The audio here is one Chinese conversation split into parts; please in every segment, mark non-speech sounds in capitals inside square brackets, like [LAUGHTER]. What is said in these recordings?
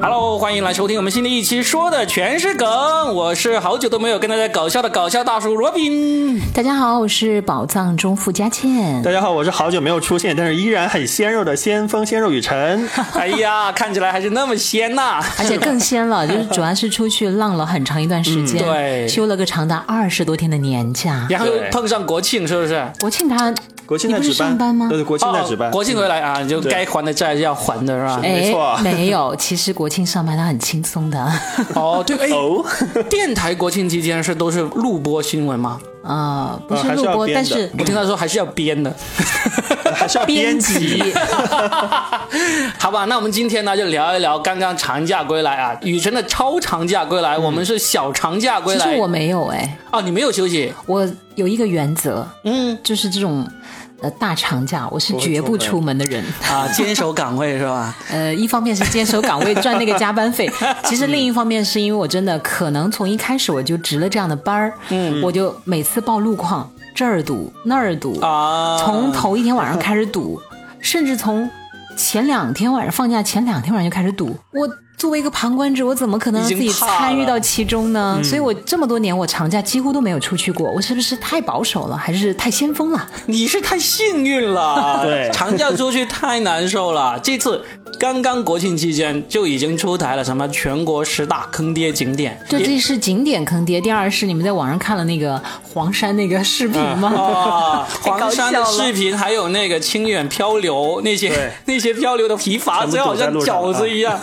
Hello，欢迎来收听我们新的一期，说的全是梗。我是好久都没有跟大家搞笑的搞笑大叔罗宾。 [LAUGHS] 大家好，我是宝藏中富佳倩。大家好，我是好久没有出现，但是依然很鲜肉的先锋鲜肉雨 [LAUGHS] 辰。哎呀，看起来还是那么鲜 [LAUGHS] 呐、而且更鲜了， [LAUGHS] 就是主要是出去浪了很长一段时间，嗯对休了个长达二十多天的年假。然后又对碰上国庆，是不是？国庆他国庆在你不值是班上班吗对对，国庆在值班。哦国庆回来啊，就对该还的债是要还的，是吧？哎没错 [LAUGHS] 啊没有，其实国庆上班他很轻松的， [LAUGHS] [LAUGHS] 呃哦，对，哎，哦，电台国庆期间是都是录播新闻吗？呃，不是还是录要播，编但的是我听他说还是要编的。 [LAUGHS] 还是要编辑。辑好吧，那我们今天呢就聊一聊刚刚长假归来啊，雨辰的超长假归来，我们是小长假归其来。实我没有哎，哦，你没有休息，我有一个原则，嗯，就是这种呃大长假，我是不会绝不出出门的人。啊，坚守岗位 [LAUGHS] 是吧？呃，一方面是坚守岗位赚那个加 [LAUGHS] 班费，嗯其实另一方面是因为我真的可能从一开始我就值了这样的班儿，嗯，我就每次报路况这儿堵那儿堵，啊，从头一天晚上开始堵，甚至从前两天晚上放假前两天晚上就开始堵，我。作为一个旁观者，我怎么可能已让自经己怕了嗯参与到其中呢？所以我这么多年，我长假几乎都没有出去过。我是不是太保守了，还是太先锋了？你是太幸运了，对长假出去太难受了。这次刚刚国庆期间就已经出台了什么全国十大坑爹景点，就这是景点坑爹。第二是你们在网上看了那个黄山那个视频吗？ [LAUGHS] 啊，太搞黄山的笑了视频，还有那个清远漂流那些 [LAUGHS] 那些漂流的皮筏子，全部好堵在像路上饺子一样，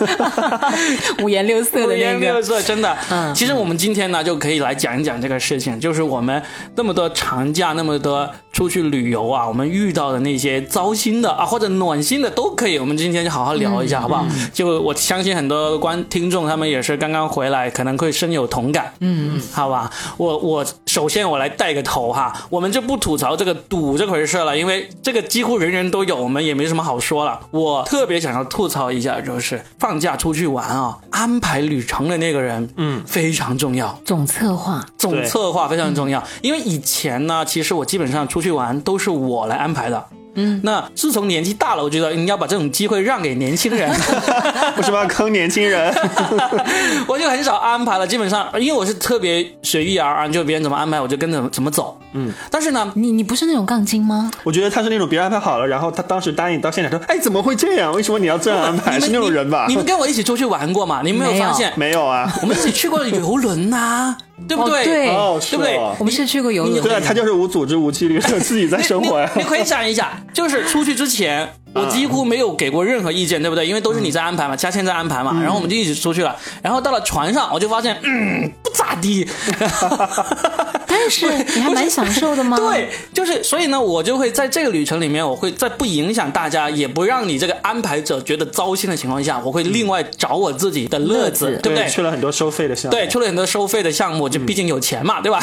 五颜六色 [LAUGHS] 五啊的那颜六个。色，真的。嗯其实我们今天呢，就可以来讲一讲这个事情，就是我们那么多长假，那么多出去旅游啊，我们遇到的那些糟心的啊，或者暖心的都可以，我们今天就好好聊一下，好不好？就我相信很多观听众他们也是刚刚回来，可能会深有同感。嗯，好吧，我我首先我来带个头哈，我们就不吐槽这个赌这回事了，因为这个几乎人人都有，我们也没什么好说了。我特别想要吐槽一下，就是放假出去玩啊，安排旅程的那个人，嗯，非常重要。总策划，总对策划非常重要，因为以前呢，其实我基本上出去玩都是我来安排的。嗯，那自从年纪大了，我觉得你要把这种机会让给年轻人， [LAUGHS] 不是吧？坑年轻人。 [LAUGHS] 我就很少安排了。基本上，因为我是特别随遇而啊安，就别人怎么安排我就跟着怎么走。嗯，但是 [LAUGHS] 呢，你你不是那种杠精吗？我觉得他是那种别人安排好了，然后他当时答应到现场说：“哎，怎么会这样？为什么你要这样安排？”你们是那种人吧你？你们跟我一起出去玩过吗？你们没没有有发现， [LAUGHS] 没有啊。我们一起去过游轮呐、对不对？哦对哦，对是不对哦我们是去过嗯游轮对啊，的，他就是无组织、无纪律，自己在 [LAUGHS] 生活呀。你你回想一下，就是出去之前，我几乎没有给过任何意见，对不对？因为都是你在安排嘛，佳倩在安排嘛，然后我们就一起出去了。然后到了船上，我就发现，嗯，不咋地。但是你还蛮享受的吗？ [LAUGHS] 对，，就是所以呢，我就会在这个旅程里面，我会在不影响大家，也不让你这个安排者觉得糟心的情况下，我会另外找我自己的乐子，乐子对不对？去了很多收费的项目。对，出了很多收费的项目，就毕竟有钱嘛，对吧？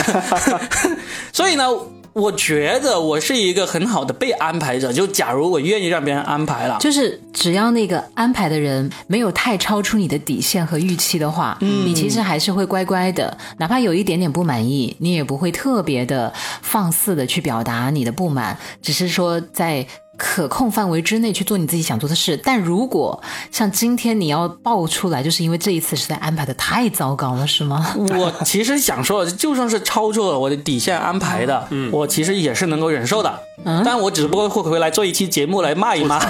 [LAUGHS] 所以呢，我觉得我是一个很好的被安排者，就假如我愿意让别人安排了。就是只要那个安排的人没有太超出你的底线和预期的话，嗯你其实还是会乖乖的，哪怕有一点点不满意，你也不会特别的放肆的去表达你的不满，只是说在。可控范围之内去做你自己想做的事，但如果像今天你要爆出来，就是因为这一次实在安排的太糟糕了，是 [LAUGHS] 吗？我其实想说，就算是超出了我的底线安排的，我其实也是能够忍受的。嗯但我只不过会回来做一期节目来骂一骂。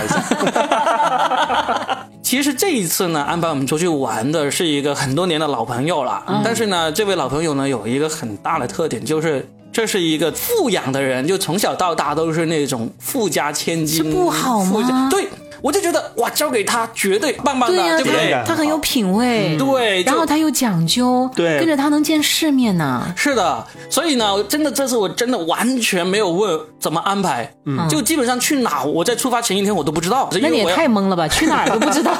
[LAUGHS] 其实这一次呢，安排我们出去玩的是一个很多年的老朋友了。嗯但是呢，这位老朋友呢有一个很大的特点，就是这是一个富养的人，就从小到大都是那种富家千金，这不好吗富家对，我就觉得哇，交给他绝对棒棒的，呀、对不对？他他很有品味，对就然后他又讲究，对跟着他能见世面呐、是的，所以呢，真的这次我真的完全没有问怎么安排，嗯，就基本上去哪，我在出发前一天我都不知道，那你因为我也要太懵了吧，去哪儿都不知 [LAUGHS] 道。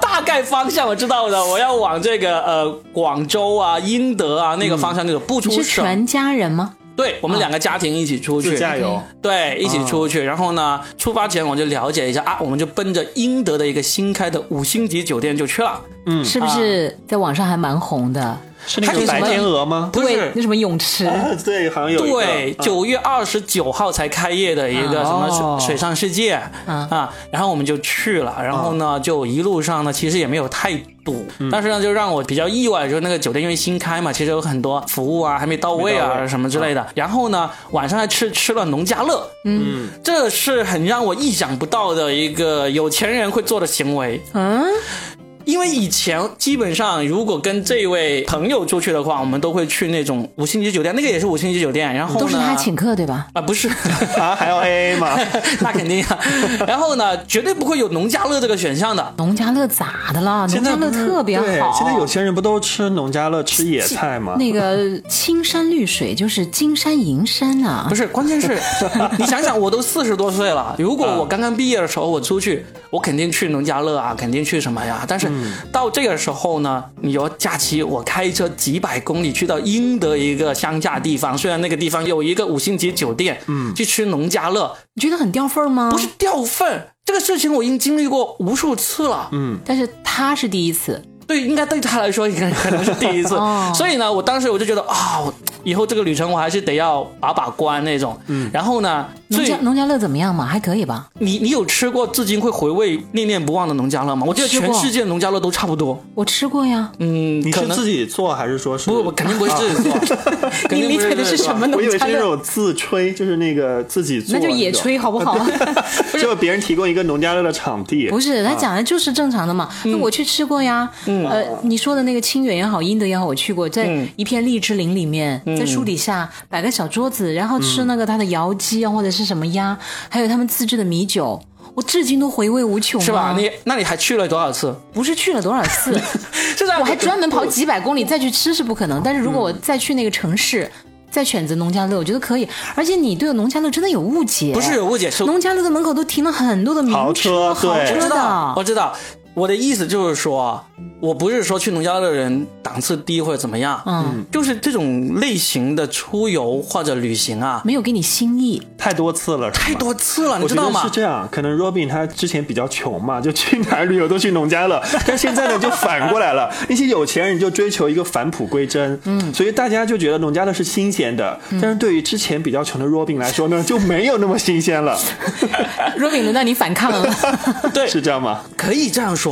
大概方向我知道的，我要往这个呃广州啊、英德啊那个方向那种、不你出是省，全啊家人吗？对我们两个家庭一起出去自驾游，对，一起出去。然后呢，出发前我就了解一下啊，我们就奔着英德的一个新开的五星级酒店就去了。是不是在网上还蛮红的？是那它个是什白么天鹅吗？不对是，那什么泳池，啊， [LAUGHS] 对，好像有一个对，嗯九月二十九号才开业的一个什么水,、哦嗯水上世界啊，然后我们就去了，然后呢，就一路上呢，其实也没有太堵，嗯但是呢，就让我比较意外的就是那个酒店因为新开嘛，其实有很多服务啊还没到位没啊到位嗯什么之类的，然后呢，晚上还吃吃了农家乐，嗯，这是很让我意想不到的一个有钱人会做的行为，嗯，因为以前基本上，如果跟这位朋友出去的话，我们都会去那种五星级酒店，那个也是五星级酒店，然后呢都是他请客对吧？啊，不是， [LAUGHS] 啊，还要 AA 吗？那肯定啊。然后呢，绝对不会有农家乐这个选项的。农家乐咋的啦？农现在家乐不是特别对好，现在有钱人不都吃农家乐、吃野菜吗？那个青山绿水就是金山银山啊不，是，关键是，你想想，我都四十多岁了，如果我刚刚毕业的时候我出去，我肯定去农家乐啊，肯定去什么呀？但是到这个时候呢，你有假期，我开车几百公里去到英德一个乡下地方，虽然那个地方有一个五星级酒店，嗯，去吃农家乐，你觉得很掉份儿吗？不是，掉份。这个事情我已经经历过无数次了，但是他是第一次，对，应该对他来说应该可能是第一次， [LAUGHS] 哦所以呢，我当时我就觉得啊、我以后这个旅程我还是得要把把关那种。嗯，然后呢，农最家农家乐怎么样嘛？还可以吧？你你有吃过至今会回味、念念不忘的农家乐吗？我觉得吃过全世界农家乐都差不多。我吃过呀，嗯，你可是能自己做还是说是？不不肯定不是自己 [LAUGHS] 做，肯定不你理解的自己是什做么呢我以为是农家乐那种自吹，就是那个自己做，那就野 [LAUGHS] 炊，好不 [LAUGHS] 好？就别人提供一个农家乐的场地。不是，他嗯讲的就是正常的嘛。那我去吃过呀，呃，你说的那个清远也好，英德也好，我去过，在嗯一片荔枝林里面，在树底下摆个小桌子，然后吃那个他的窑鸡啊，或者是什么鸭，还有他们自制的米酒，我至今都回味无穷啊。是吧？你那你还去了多少次？不是去了多少 [LAUGHS] 次？是在我还专门跑几百公里再去吃是不可能，但是如果嗯我再去那个城市，再选择农家乐，我觉得可以。而且你对农家乐真的有误解，不是有误解，是农家乐的门口都停了很多的名豪车、车豪对哎我车知道，我的。知道。我的意思就是说，我不是说去农家乐的人档次低或者怎么样，嗯，就是这种类型的出游或者旅行啊，没有给你新意，太多次了，是吗太多次了，你我知觉道得吗是？这样，可能 Robin 他之前比较穷嘛，就去哪儿旅游都去农家乐，但现在呢就反过来了，那些有钱人就追求一个返璞归真，嗯，所以大家就觉得农家乐是新鲜的，但是对于之前比较穷的 Robin 来说呢，就没有那么新鲜了，若饼轮到你反抗了，对，是这样吗？可以这样说，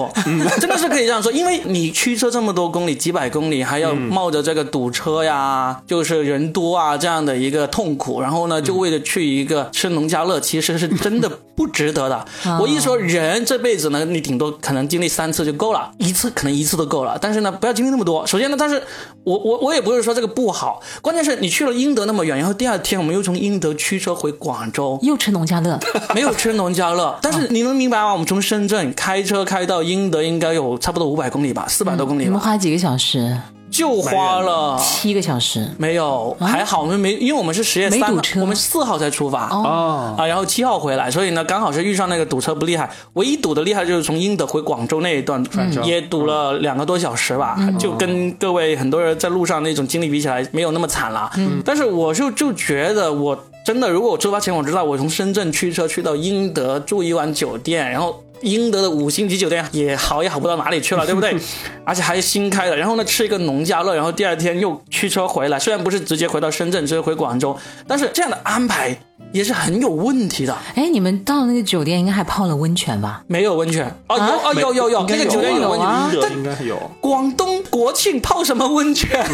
真的是可以这样说，因为你驱车这么多公里，几百公里，还要冒着这个堵车呀，就是人多啊这样的一个痛苦，然后呢，就为了去一个吃农家乐，其实是真的不值得的。我一说人这辈子呢，你顶多可能经历三次就够了，一次可能一次都够了，但是呢，不要经历那么多。首先呢，但是我我我也不是说这个不好，关键是你去了英德那么远，然后第二天我们又从英德驱车回广州，又吃农家乐， [LAUGHS] 没有吃农家乐，但嗯是你能明白吗？我们从深圳开车开到英德，应该有差不多五百公里吧，四百多公里你们吧，花几个小时？就花了。七个小时，没有，还好我们没，因为我们是十月没三堵号，车我们四号才出发哦，啊，然后七号回来，所以呢，刚好是遇上那个堵车不厉害，唯一堵的厉害就是从英德回广州那一段，也堵了两个多小时吧，就跟各位很多人在路上那种经历比起来，没有那么惨了。但是我就就觉得我。真的，如果我出发前我知道我从深圳驱车去到英德住一晚酒店，然后英德的五星级酒店也好也好不到哪里去了，对不对？而且还是新开的，然后呢吃一个农家乐，然后第二天又驱车回来，虽然不是直接回到深圳，直接回广州，但是这样的安排也是很有问题的。哎，你们到了那个酒店应该还泡了温泉吧？没有温泉啊，有啊，有有哦有，那个酒店有温泉。啊，啊英德但应该有。广东国庆泡什么温 [LAUGHS] 泉？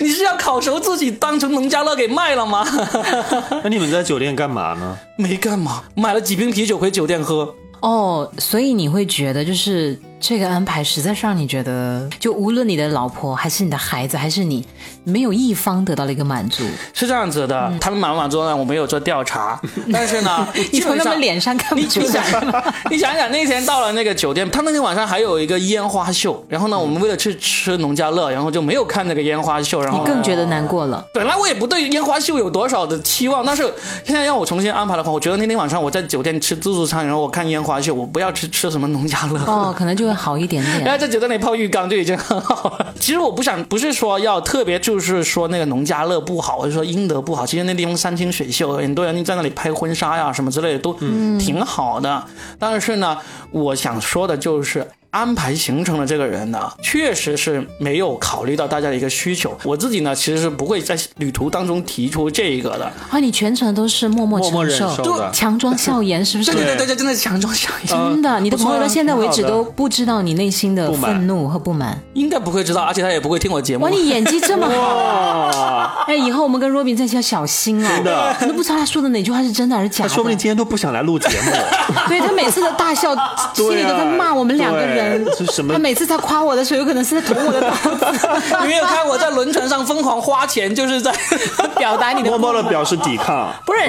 你是要烤熟自己当成农家乐给卖了吗？那你们在酒店干嘛呢？ [LAUGHS] 没干嘛，买了几瓶啤酒回酒店喝。哦，所以你会觉得就是这个安排实在是让你觉得，就无论你的老婆还是你的孩子还是你，没有一方得到了一个满足。是这样子的，他们满不满足呢？我没有做调查，但是 [LAUGHS] 呢，你基本从他上们脸上看不你出你想来。想，你想想那天到了那个酒店，他那天晚上还有一个烟花秀，然后呢，我们为了去吃农家乐，然后就没有看那个烟花秀，然后 [LAUGHS] 你更觉得难过了，本来我也不对烟花秀有多少的期望，但是现在让我重新安排的话，我觉得那天晚上我在酒店吃自助餐，然后我看烟花秀，我不要吃吃什么农家乐。哦，可能就会好一点然点。后在酒店里泡浴缸就已经很好了。 [LAUGHS] 其实我不想，不是说要特别，就是说那个农家乐不好，或者说英德不好。其实那地方山清水秀，很多人在那里拍婚纱呀、什么之类的都挺好的。但是呢，我想说的就是，安排行程的这个人呢，确实是没有考虑到大家的一个需求。我自己呢，其实是不会在旅途当中提出这一个的。啊，你全程都是默默承默默忍受，受就的。强装笑颜，是不是？对对 [LAUGHS] 对，大家真的是强装强颜，真的，你的不错朋友啊到现在为止挺好都的不知道你内心的不满愤怒和不满。应该不会知道，而且他也不会听我节目哇，。你演技这么好！啊，哎，以后我们跟 Robin 在一起要小心哦。真的你都不知道他说的哪句话是真的还是假他的。说不定今天都不想来录节目。对他每次的大 [LAUGHS] 笑，心里对都啊在骂我们两个人对这是什。么他每次他夸我的时候，有可能是在捅我的刀 [LAUGHS] 子，你没有看我在轮船上疯狂花钱，就是在表达你的 [LAUGHS] 默默的不满表示抵抗，不是、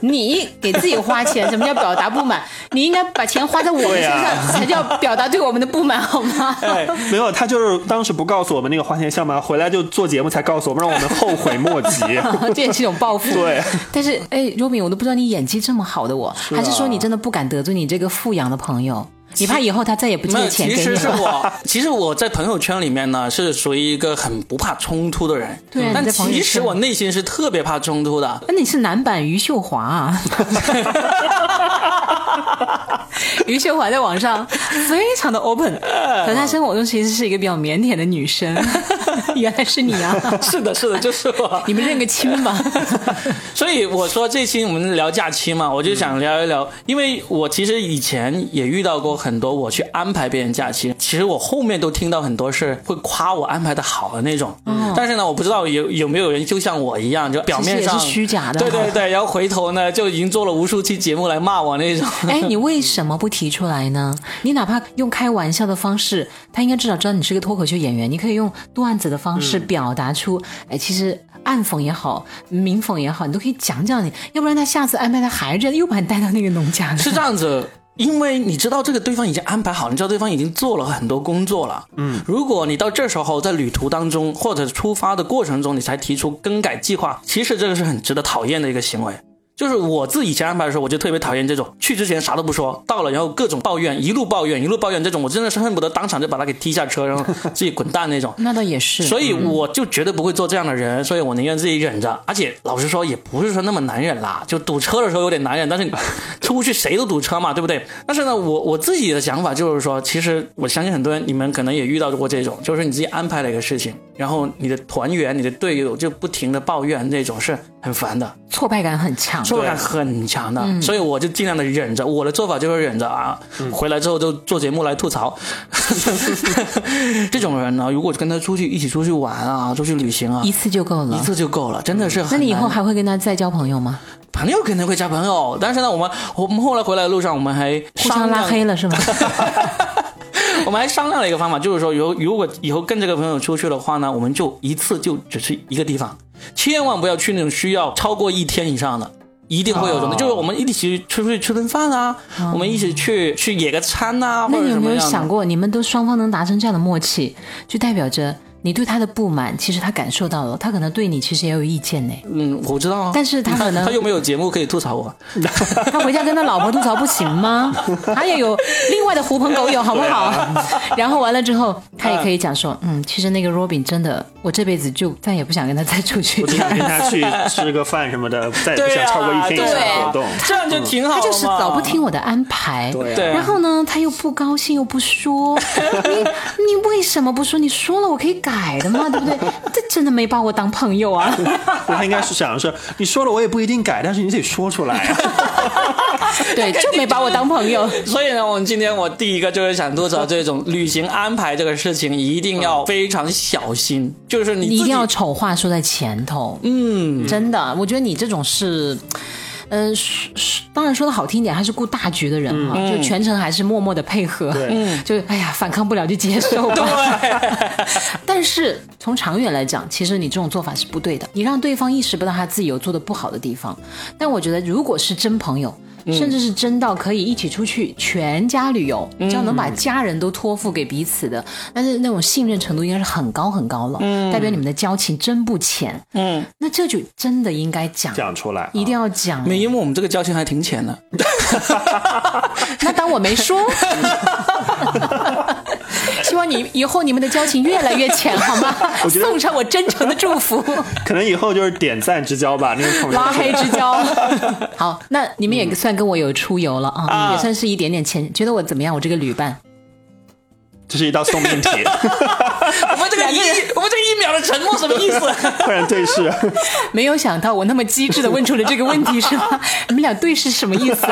你给自己花钱，什么叫表达不满？你应该把钱花在我们身对上，啊才叫表达对我们的不满，好吗？哎没有，他就是当时不告诉我们那个花钱项目，回来就做节目才告诉我们，让我们后悔莫 [LAUGHS] 及。这也是一种报复。对，但是哎，若敏，我都不知道你演技这么好的我，啊还是说你真的不敢得罪你这个富养的朋友？你怕以后他再也不没借有，钱其给你实是了？我， [LAUGHS] 其实我在朋友圈里面呢，是属于一个很不怕冲突的人。对啊你但在朋友其实圈我内心是特别怕冲突 [LAUGHS] 的。那你是男版余秀华 [LAUGHS] 啊？余秀华在网上非常的 open，可是她生活中其实是一个比较腼腆的 [LAUGHS] 女生。原来是你啊！是的，是的，就是 [LAUGHS] 我。你们认个亲吧。所以我说这期我们聊假期嘛，我就想聊一聊，嗯因为我其实以前也遇到过很多我去安排别人假期，其实我后面都听到很多是会夸我安排的好的那种，但是呢，我不知道有有没有人就像我一样，就表面哦其实也上是虚假的对对对，然后回头呢就已经做了无数期节目来骂我那种。 [LAUGHS] 哎，你为什么不提出来呢？你哪怕用开玩笑的方式，他应该至少知道你是个脱口秀演员。你可以用段子的方式嗯表达出，哎，其实暗讽也好，明讽也好，你都可以讲讲你。要不然他下次安排他还是又把你带到那个农家 [LAUGHS] 了。是这样子。因为你知道这个对方已经安排好，你知道对方已经做了很多工作了。嗯，如果你到这时候在旅途当中或者出发的过程中，你才提出更改计划，其实这个是很值得讨厌的一个行为。就是我自己以前安排的时候，我就特别讨厌这种去之前啥都不说，到了然后各种抱怨，一路抱怨一路抱怨这种，我真的是恨不得当场就把他给踢下车，然后自己滚蛋那种。那倒也是，所以我就绝对不会做这样的人，所以我宁愿自己忍着。而且老实说，也不是说那么难忍啦，就堵车的时候有点难忍，但是你出去谁都堵车嘛，对不对？但是呢，我我自己的想法就是说，其实我相信很多人，你们可能也遇到过这种，就是你自己安排了一个事情，然后你的团员、你的队友就不停的抱怨，那种是很烦的。挫败感很强。挫败感很强的，嗯所以我就尽量的忍着。我的做法就是忍着啊，回来之后就做节目来吐槽。 [LAUGHS] 这种人呢，如果跟他出去一起出去玩啊，出去旅行啊，一次就够一了。次就够了，真的是很那难。你以后还会跟他再交朋友吗？朋友肯定会加朋友，但是呢，我们我们后来回来的路上，我们还互商相拉量黑了是吗？ [LAUGHS] 我们还商量了一个方法，就是说，如如果以后跟这个朋友出去的话呢，我们就一次就只去一个地方，千万不要去那种需要超过一天以上的。一定会有种的，哦就是我们一起出去吃顿饭啊，我们一起去去野个餐啊，或哦那者你有什没么有样想的。过，你们都双方能达成这样的默契，就代表着你对他的不满，其实他感受到了，他可能对你其实也有意见呢。嗯，我知道啊，但是他可能 [LAUGHS] 他又没有节目可以吐槽我。他回家跟他老婆吐槽不行吗？他也有另外的狐朋狗友，好不好？ [LAUGHS] 然后完了之后，他也可以讲说，嗯，其实那个 Robin 真的，我这辈子就再也不想跟他再出去我。就想跟他去吃个饭什么的，再也不想超过一天以上的活动。啊这样就挺好他嘛。就是早不听我的安排，对啊对啊然后呢，他又不高兴又不说，你你为什么不说？你说了我可以改的嘛，对不对？这真的没把我当朋友啊！所以他应该是想的是，你说了我也不一定改，但是你得说出 [LAUGHS] 来啊。对，就没把我当朋友。所以呢，我们今天我第一个就是想吐槽这种旅行安排这个事情，一定要非常小心，就是你你一自定己要丑话说在前头。嗯，真的，我觉得你这种是。呃，说说当然说的好听一点，还是顾大局的人哈、嗯就全程还是默默的配合，对 [LAUGHS] 就哎呀，反抗不了就接受吧。 [LAUGHS] 但是从长远来讲，其实你这种做法是不对的，你让对方意识不到他自己有做的不好的地方。但我觉得，如果是真朋友，嗯甚至是真到可以一起出去全家旅游，嗯只要能把家人都托付给彼此的，但是那种信任程度应该是很高很高了，嗯代表你们的交情真不浅。嗯，那这就真的应该讲，讲出来啊，一定要讲。没，因为我们这个交情还挺浅的。那当我没 [LAUGHS] 说。希望你以后你们的交情越来越浅，好吗？我觉得送上我真诚的祝福。可能以后就是点赞之交吧，那个朋友拉黑之交。 [LAUGHS] 好，那你们啊也算跟我有出游了啊，也算是一点点钱。觉得我怎么样？我这个旅伴这是一道送 [LAUGHS] 命 [LAUGHS] 题，[LAUGHS] 我们这个一，我们这个一秒的沉默什么意思？不然对视。没有想到我那么机智的问出了这个问题，是吧？你们俩对是什么意思？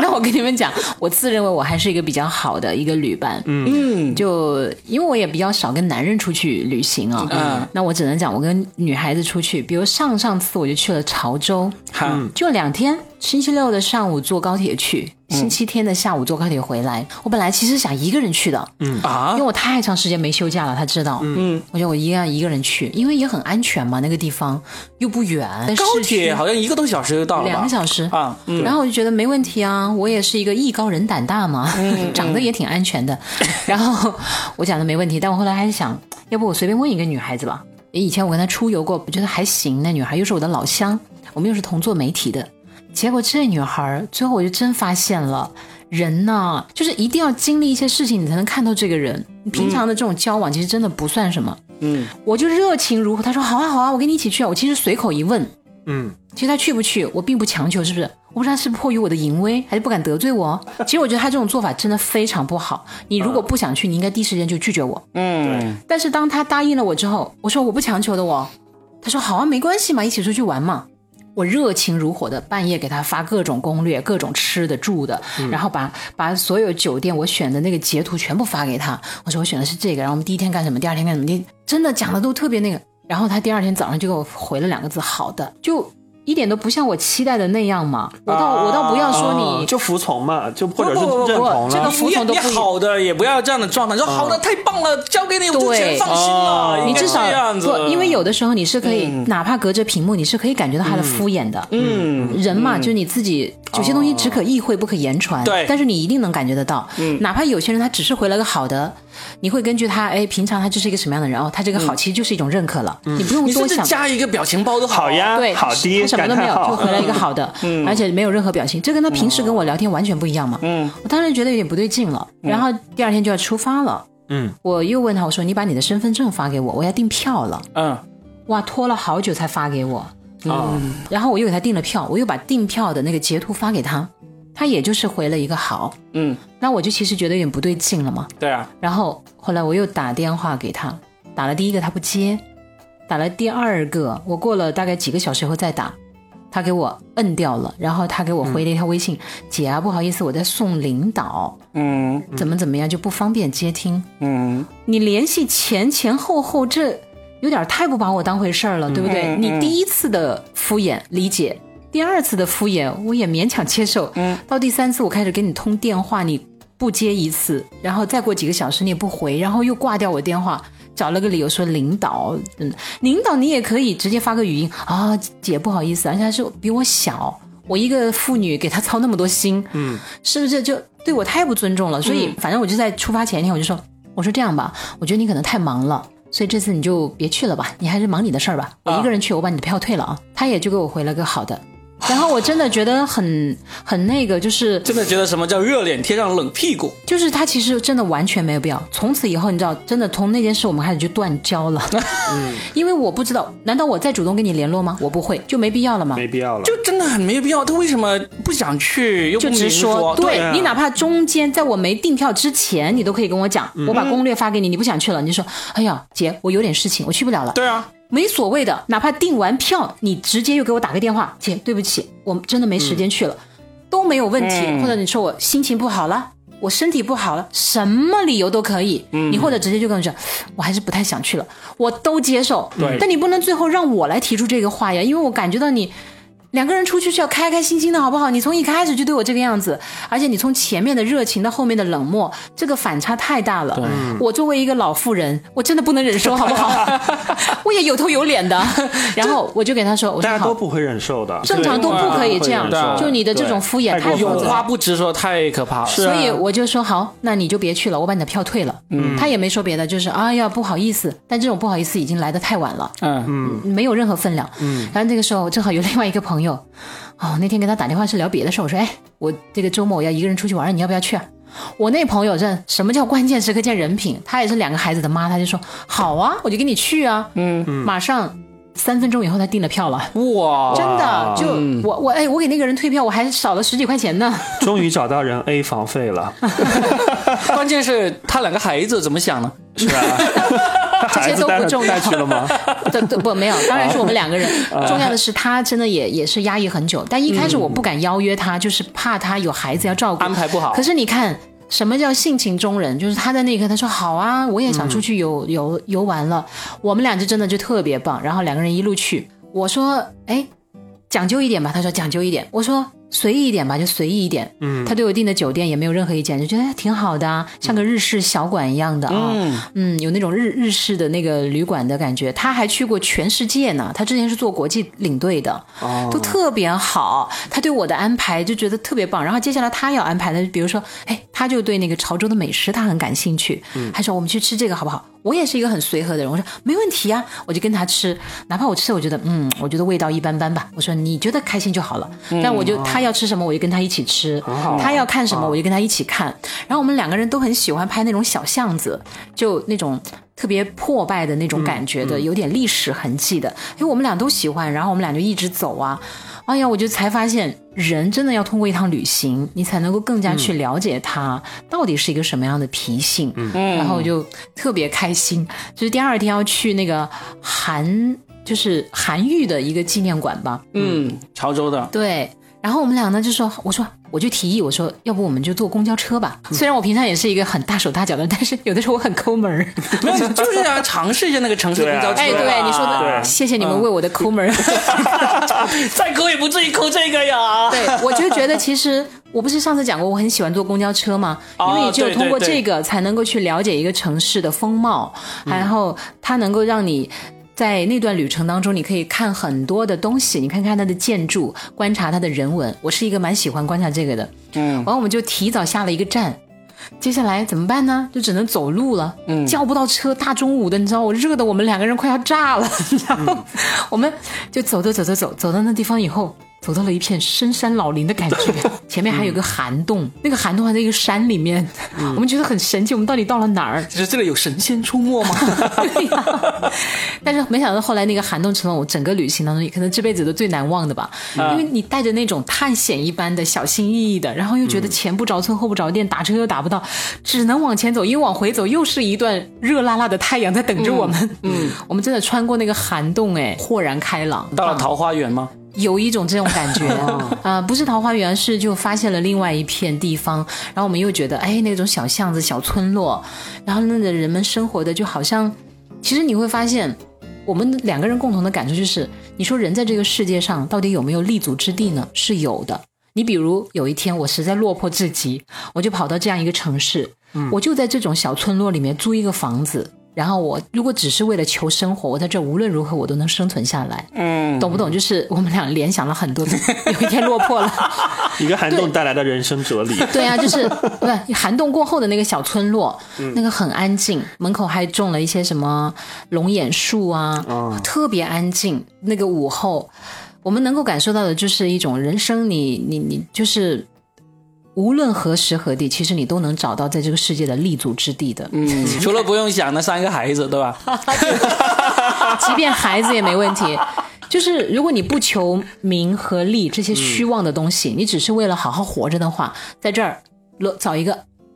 那我跟你们讲，我自认为我还是一个比较好的一个旅伴，嗯，就因为我也比较少跟男人出去旅行啊、嗯那我只能讲我跟女孩子出去，比如上上次我就去了潮州，嗯好，就两天，星期六的上午坐高铁去，星期天的下午坐高铁回来。我本来其实想一个人去的， [LAUGHS] 啊因为，我太长时间没休假了，他知道。嗯，我觉得我一定要一个人去，因为也很安全嘛，那个地方又不远，高市区铁好像一个多小时就到了吧？两个小时。啊，嗯，然后我就觉得没问题啊，我也是一个艺高人胆大嘛， [LAUGHS] 长得也挺安全的。然后我讲的没问题，但我后来还是想，要不我随便问一个女孩子吧。以前我跟她出游过，我觉得还行。那女孩又是我的老乡，我们又是同做媒体的。结果这女孩儿最后我就真发现了，人呐，就是一定要经历一些事情，你才能看透这个人。平常的这种交往，其实真的不算什么。嗯，我就热情如火，她说好啊好啊，我跟你一起去啊。我其实随口一问，嗯，其实他去不去，我并不强求，是不是？我不知道他是迫于我的淫威，还是不敢得罪我。其实我觉得他这种做法真的非常不好。你如果不想去，你应该第一时间就拒绝我。嗯，但是当他答应了我之后，我说我不强求的哦。他说好啊，没关系嘛，一起出去玩嘛。我热情如火的半夜给他发各种攻略、各种吃的、住的，然后把把所有酒店我选的那个截图全部发给他。我说我选的是这个，然后我们第一天干什么，第二天干什么，第真的讲的都特别那个。然后他第二天早上就给我回了两个字：“好的。”就一点都不像我期待的那样嘛。我倒、我倒不要说你啊就服从嘛，就或不者不是不不认同不，啊这个了。服从都你不一好的也不要这样的状态，说好的太棒了，交给你我就对全放心了哦，应你该至少啊这样子不，，因为有的时候你是可以，哪怕隔着屏幕，你是可以感觉到他的敷衍的。嗯人嘛，就是你自己有些东西只可意会不可言传，对但是你一定能感觉得到。哪怕有些人他只是回了个好的，你会根据他，哎，平常他就是一个什么样的人，哦，他这个好其实就是一种认可了，你不用你多甚至想。加一个表情包都啊好呀。呀对，，好的，他什么感都没叹有，号。就回来一个好的，而且没有任何表情，这跟他平时跟我聊天完全不一样嘛。嗯，我当时觉得有点不对劲了，然后第二天就要出发了。嗯，我又问他，我说你把你的身份证发给我，我要订票了。嗯，哇，拖了好久才发给我，嗯啊，然后我又给他订了票，我又把订票的那个截图发给他，他也就是回了一个好，嗯，那我就其实觉得有点不对劲了嘛。对啊，然后后来我又打电话给他，打了第一个他不接，打了第二个，我过了大概几个小时后再打，他给我摁掉了，然后他给我回了一条微信：“姐啊，不好意思，我在送领导，嗯怎么怎么样，就不方便接听。”嗯，你联系前前后后，这有点太不把我当回事儿了，对不对？嗯你第一次的敷衍理解，第二次的敷衍我也勉强接受，嗯，到第三次我开始给你通电话，你不接一次，然后再过几个小时你也不回，然后又挂掉我电话。找了个理由说领导，嗯，领导你也可以直接发个语音啊，姐不好意思，而且还是比我小，我一个妇女给他操那么多心，嗯，是不是就对我太不尊重了？所以反正我就在出发前一天我就说，我说这样吧，我觉得你可能太忙了，所以这次你就别去了吧，你还是忙你的事儿吧。我一个人去，我把你的票退了啊。他也就给我回了个好的，然后我真的觉得很很那个，就是真的觉得什么叫热脸贴上冷屁股？就是他其实真的完全没有必要。从此以后，你知道，真的从那件事我们开始就断交了， [LAUGHS] 因为我不知道，难道我再主动跟你联络吗？我不会，就没必要了嘛。没必要了。就真的很没有必要。他为什么不想去又不就直明说？对啊你哪怕中间在我没订票之前，你都可以跟我讲，嗯我把攻略发给你，你不想去了，你就说，哎呀，姐，我有点事情，我去不了了。对啊，没所谓的，哪怕订完票，你直接又给我打个电话，姐，对不起，我真的没时间去了，嗯都没有问题。或者你说我心情不好了，我身体不好了，什么理由都可以。嗯你或者直接就跟我讲，我还是不太想去了，我都接受。对但你不能最后让我来提出这个话呀，因为我感觉到你。两个人出去是要开开心心的，好不好？你从一开始就对我这个样子，而且你从前面的热情到后面的冷漠，这个反差太大了。我作为一个老妇人，我真的不能忍受，好不好？我也有头有脸的。 [LAUGHS] 然后我就给他说：“我大说家都好，啊不会忍受的，正常都不可以这样对对就你的这种敷衍太太过过有分分话了。”不直说太可怕了。是所啊以我就说好，那你就别去了，我把你的票退了。嗯，他也没说别的，就是哎呀不好意思，但这种不好意思已经来的太晚了。嗯没有任何分量。嗯，然后那个时候正好有另外一个朋友， [LAUGHS] 哦，那天跟他打电话是聊别的事儿，我说，哎，我这个周末我要一个人出去玩，你要不要去、啊？我那朋友这什么叫关键时刻见人品？她也是两个孩子的妈，她就说好啊，我就跟你去啊。嗯，马上三分钟以后她订了票了，嗯哇，真的就我我哎，我给那个人退票，我还少了十几块钱呢。 [LAUGHS] 终于找到人 A 房费了， [LAUGHS] 关键是他两个孩子怎么想呢？是吧？ [LAUGHS] 这些都孩子带不了重要带去了吗？ [LAUGHS] 啊对对不没有，当然是我们两个人。重要的是他真的也也是压抑很久，但一嗯开始我不敢邀约他，就是怕他有孩子要照顾，安排不好可是你看。什么叫性情中人？就是他在那一刻，他说好啊，我也想出去嗯游、游游玩了。我们俩就真的就特别棒，然后两个人一路去。我说，哎，讲究一点吧。他说讲究一点。我说随意一点吧，就随意一点。嗯，他对我订的酒店也没有任何意见，就觉得哎挺好的啊，像个日式小馆一样的啊。嗯嗯，有那种日日式的那个旅馆的感觉。他还去过全世界呢，他之前是做国际领队的，都特别好。他对我的安排就觉得特别棒。然后接下来他要安排的，比如说，哎，他就对那个潮州的美食他很感兴趣，他说我们去吃这个好不好？我也是一个很随和的人，我说没问题啊，我就跟他吃，哪怕我吃了我觉得嗯，我觉得味道一般般吧，我说你觉得开心就好了。但我就他要吃什么我就跟他一起吃，他要看什么我就跟他一起看。然后我们两个人都很喜欢拍那种小巷子，就那种特别破败的那种感觉的，有点历史痕迹的。因为我们俩都喜欢，然后我们俩就一直走啊。哎呀，我就才发现，人真的要通过一趟旅行，你才能够更加去了解他到底是一个什么样的脾性。嗯，然后我就特别开心，就是第二天要去那个韩，就是韩愈的一个纪念馆吧。嗯，潮州的，对。然后我们俩呢就说，我说我就提议，我说要不我们就坐公交车吧。虽然我平常也是一个很大手大脚的人，但是有的时候我很抠门儿。没有， [LAUGHS] 就是要尝试一下那个城市公交车。哎，对你说的，对谢谢你们为我的抠门儿。 [LAUGHS] 对， [LAUGHS] 再抠也不至于抠这个 [LAUGHS] 呀。对，我就觉得其实我不是上次讲过，我很喜欢坐公交车吗？因哦为你只有通过对对嗯这个才能够去了解一个城市的风貌，然后它能够让你。在那段旅程当中，你可以看很多的东西，你看看它的建筑，观察它的人文。我是一个蛮喜欢观察这个的。嗯完，我们就提早下了一个站，接下来怎么办呢？就只能走路了。嗯，叫不到车，大中午的，你知道我热的，我们两个人快要炸了。 [LAUGHS] 然后我们就走走走走走，走到那地方以后，走到了一片深山老林的感觉，前面还有个涵洞，那个涵洞还在一个山里面， [LAUGHS] 我们觉得很神奇，我们到底到了哪儿？其实这里有神仙出没吗？ [LAUGHS] 对呀、 [LAUGHS] 但是没想到后来那个寒冬成了我整个旅行当中可能这辈子都最难忘的吧，因为你带着那种探险一般的小心翼翼的，然后又觉得前不着村后不着店，打车又打不到，只能往前走，因为往回走又是一段热辣辣的太阳在等着我们。嗯， [LAUGHS] 我们真的穿过那个寒洞，哎，豁然开朗，到了桃花源吗？有一种这种感觉啊、不是桃花源，是就发现了另外一片地方，然后我们又觉得，哎，那种小巷子、小村落，然后那个人们生活的就好像，其实你会发现，我们两个人共同的感受就是，你说人在这个世界上到底有没有立足之地呢？是有的。你比如有一天我实在落魄至极，我就跑到这样一个城市，我就在这种小村落里面租一个房子，然后我如果只是为了求生活，我在这无论如何我都能生存下来。嗯，懂不懂？就是我们俩联想了很多次， [LAUGHS] 有一天落魄了。一个寒洞带来的人生哲理。对啊，就是不是涵洞过后的那个小村落，那个很安静，门口还种了一些什么龙眼树啊，特别安静。那个午后，我们能够感受到的就是一种人生你，你你就是。无论何时何地，其实你都能找到在这个世界的立足之地的。嗯，除了不用想那三个孩子，对吧？即便孩子也没问题。就是如果你不求名和利这些虚妄的东西，你只是为了好好活着的话，在这儿落找一个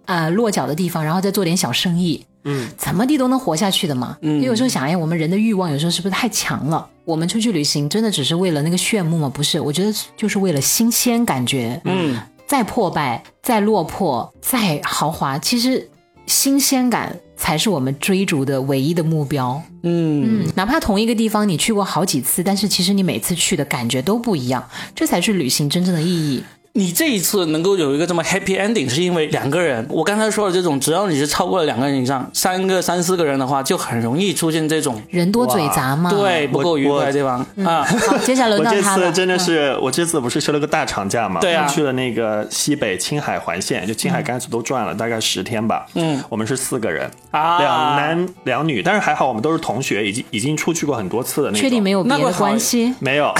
啊、呃落脚的地方，然后再做点小生意，嗯，怎么地都能活下去的嘛。嗯，有时候想，哎，我们人的欲望有时候是不是太强了？我们出去旅行真的只是为了那个炫目吗？不是，我觉得就是为了新鲜感觉。嗯，再破败、再落魄、再豪华，其实新鲜感才是我们追逐的唯一的目标。嗯，嗯，哪怕同一个地方你去过好几次，但是其实你每次去的感觉都不一样，这才是旅行真正的意义。 [LAUGHS] 你这一次能够有一个这么 happy ending，是因为两个人，我刚才说的这种，只要你是超过了两个人以上，三个、三四个人的话，就很容易出现这种人多嘴杂嘛。对不够愉快的地方啊。好，接下来轮我到这他嗯次了。真的是，我这次不是休了个大长假嘛？对啊我去了那个西北青海环线，就青海、甘肃都转了，大概十天吧。嗯，我们是四个人，啊两男两女，但是还好我们都是同学，已经已经出去过很多次的那种。确定没有别那的会好关系？没 [LAUGHS] 有，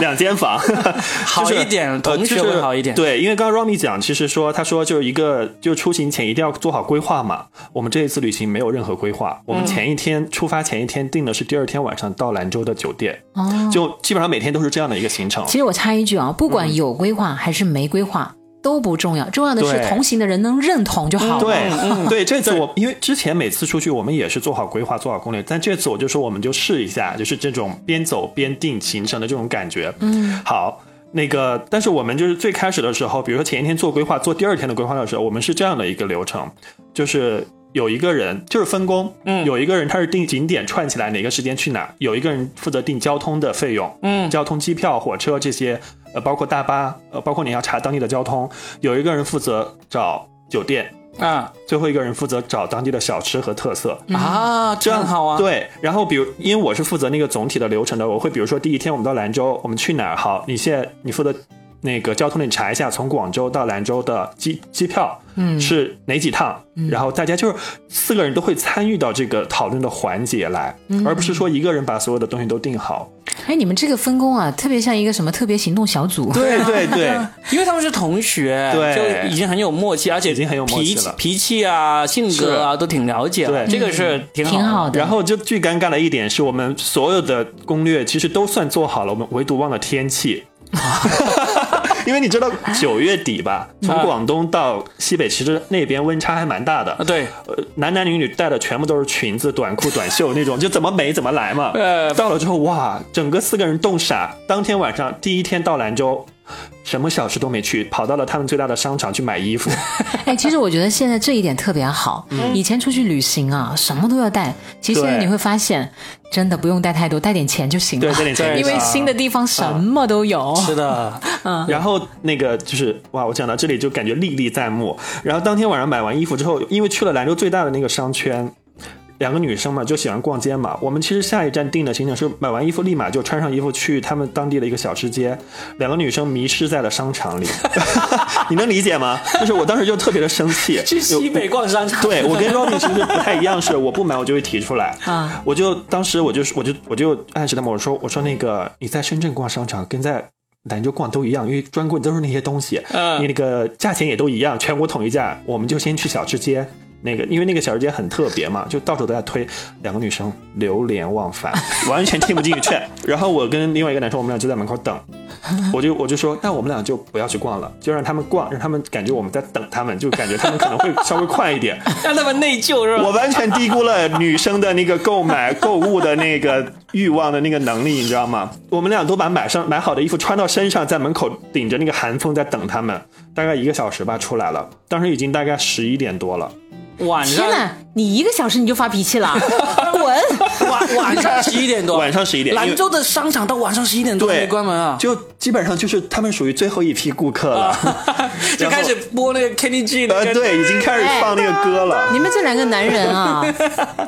两间房，好一点就是呃同学就是会好一点对，因为刚刚 Romy 讲，其实说他说就是一个，就出行前一定要做好规划嘛。我们这一次旅行没有任何规划，我嗯们前一天、出发前一天订的是第二天晚上到兰州的酒店，哦，嗯就基本上每天都是这样的一个行程。其实我插一句啊，不管有规划还是没规划，都不重要，重要的是对同行的人能认同就好了。嗯对、对，这次我因为之前每次出去我们也是做好规划、做好攻略，但这次我就说我们就试一下，就是这种边走边定行程的这种感觉。嗯，好。那个，但是我们就是最开始的时候，比如说前一天做规划，做第二天的规划的时候，我们是这样的一个流程，就是有一个人就是分工，嗯，有一个人他是定景点串起来哪个时间去哪，有一个人负责定交通的费用， [LAUGHS] 嗯交通、机票、火车这些，呃，包括大巴，呃，包括你要查当地的交通，有一个人负责找酒店，啊最后一个人负责找当地的小吃和特色。啊，这样好啊，对，然后比如因为我是负责那个总体的流程的，我会比如说第一天我们到兰州，我们去哪儿？好，你现在你负责那个交通，你查一下从广州到兰州的机机票，嗯，是哪几趟？然后大家就是四个人都会参与到这个讨论的环节来，而不是说一个人把所有的东西都定好。哎，你们这个分工啊，特别像一个什么特别行动小组。对啊对对，因为他们是同学，对就已经很有默契，而且已经很有默脾契气了脾气啊、性格啊都挺了解了，对这个是挺挺好的。的然后就最尴尬的一点是我们所有的攻略其实都算做好了，我们唯独忘了天气。因为你知道九月底吧，从广东到西北，其实那边温差还蛮大的啊，。对，呃，男男女女带的全部都是裙子、短裤、短袖那种，就怎么美怎么来嘛。呃到了之后，哇，整个四个人冻傻。当天晚上，第一天到兰州，什么小吃都没去，跑到了他们最大的商场去买衣服。 [LAUGHS] 哎，其实我觉得现在这一点特别好。以前出去旅行啊，什么都要带，其实现在对你会发现，真的不用带太多，带点钱就行对，了。这点钱对 [LAUGHS] 因为新的地方什么都有。是 [LAUGHS] 的，然后那个就是哇，我讲到这里就感觉历历在目。然后当天晚上买完衣服之后，因为去了兰州最大的那个商圈，两个女生嘛就喜欢逛街嘛。我们其实下一站定的行程是买完衣服立马就穿上衣服去他们当地的一个小吃街，两个女生迷失在了商 [LAUGHS] 场里， [LAUGHS] 你能理解吗？就是我当时就特别的生 [LAUGHS] 气，去西有北逛商场，对我跟 Robin 其实不太一样，是我不买我就会提 [LAUGHS] 出来 [LAUGHS] 啊，我就当时我就是我就我就暗示他们，我说我说那个你在深圳逛商场跟在。兰州逛都一样，因为专柜都是那些东西，嗯你那个价钱也都一样，全国统一价。我们就先去小吃街，那个因为那个小吃街很特别嘛，就到处都在推。两个女生流连忘返， [LAUGHS] 完全听不进去。然后我跟另外一个男生，我们俩就在门口等，我就我就说，那我们俩就不要去逛了，就让他们逛，让他们感觉我们在等他们，就感觉他们可能会稍微快一点。让他们内疚 [LAUGHS] 是吧？我完全低估了女生的那个购买、购物的那个欲望的那个能力，你知道吗？我们俩都把买上买好的衣服穿到身上，在门口顶着那个寒风在等他们，大概一个小时吧，出来了。当时已经大概十一点多了，晚上天哪，你一个小时你就发脾气了， [LAUGHS] 滚！晚晚上十一点多，晚上十一点，因兰为州的商场到晚上十一点多对没关门啊，就基本上就是他们属于最后一批顾客了。就开始播那个 Kenny G 那 [LAUGHS] 呃，个。对，已经开始放那个歌哎了。你们这两个男人啊， [LAUGHS]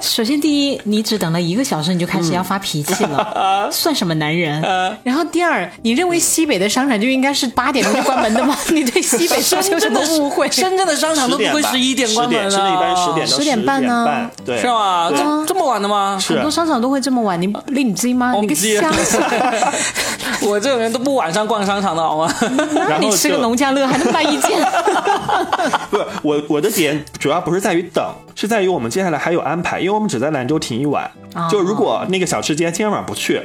首先第一，你只等了一个小时你就开始要发脾气 [LAUGHS] 了，算什么男人？然后第二，你认为西北的商场就应该是八点钟就关门的吗？ [LAUGHS] 你对西北商场有什么误会？深圳的商场都十不点会吧，十一点关门啊，十点，一般十点到10点半半呢对，是吗？对这这么晚的吗？是呃哦很多商场都会这么晚，你你你知道吗？我你不个知瞎子！ [LAUGHS] 我这种人都不晚上逛商场的好吗？那 [LAUGHS] 然后你吃个就农家乐还能卖一 [LAUGHS] 件？不，我我的点主要不是在于等，是在于我们接下来还有安排，因为我们只在兰州停一晚。就如果那个小吃街今天晚上不去，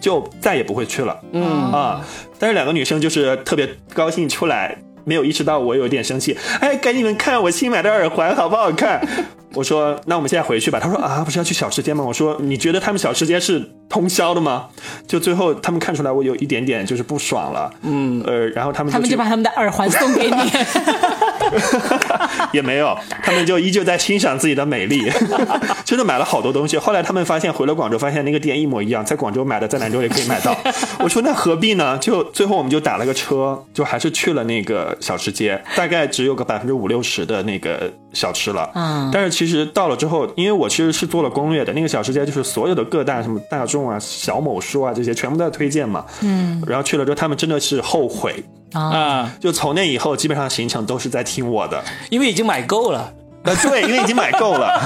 就再也不会去了。嗯啊，但是两个女生就是特别高兴出来，没有意识到我有点生气。哎，给你们看我新买的耳环好不好看？ [LAUGHS] 我说那我们现在回去吧。她说啊，不是要去小吃街吗？我说你觉得他们小吃街是通宵的吗？就最后他们看出来我有一点点就是不爽了。嗯呃，然后他们他们去就把他们的耳环送给你。 [LAUGHS] 也没有，他们就依旧在欣赏自己的美丽， [LAUGHS] 真的买了好多东西。后来他们发现回了广州，发现那个店一模一样，在广州买的，在兰州也可以买到。我说那何必呢？就最后我们就打了个车，就还是去了那个小吃街，大概只有个百分之五六十的那个小吃了。 [LAUGHS] 嗯但是其实到了之后，因为我其实是做了攻略的，那个小吃街就是所有的各大什么大众啊、小某书啊这些全部都在推荐嘛。嗯，然后去了之后，他们真的是后悔。啊，就从那以后，基本上行程都是在听我的， [LAUGHS] 因为已经买够了。 [LAUGHS] 呃，对，因为已经买够了。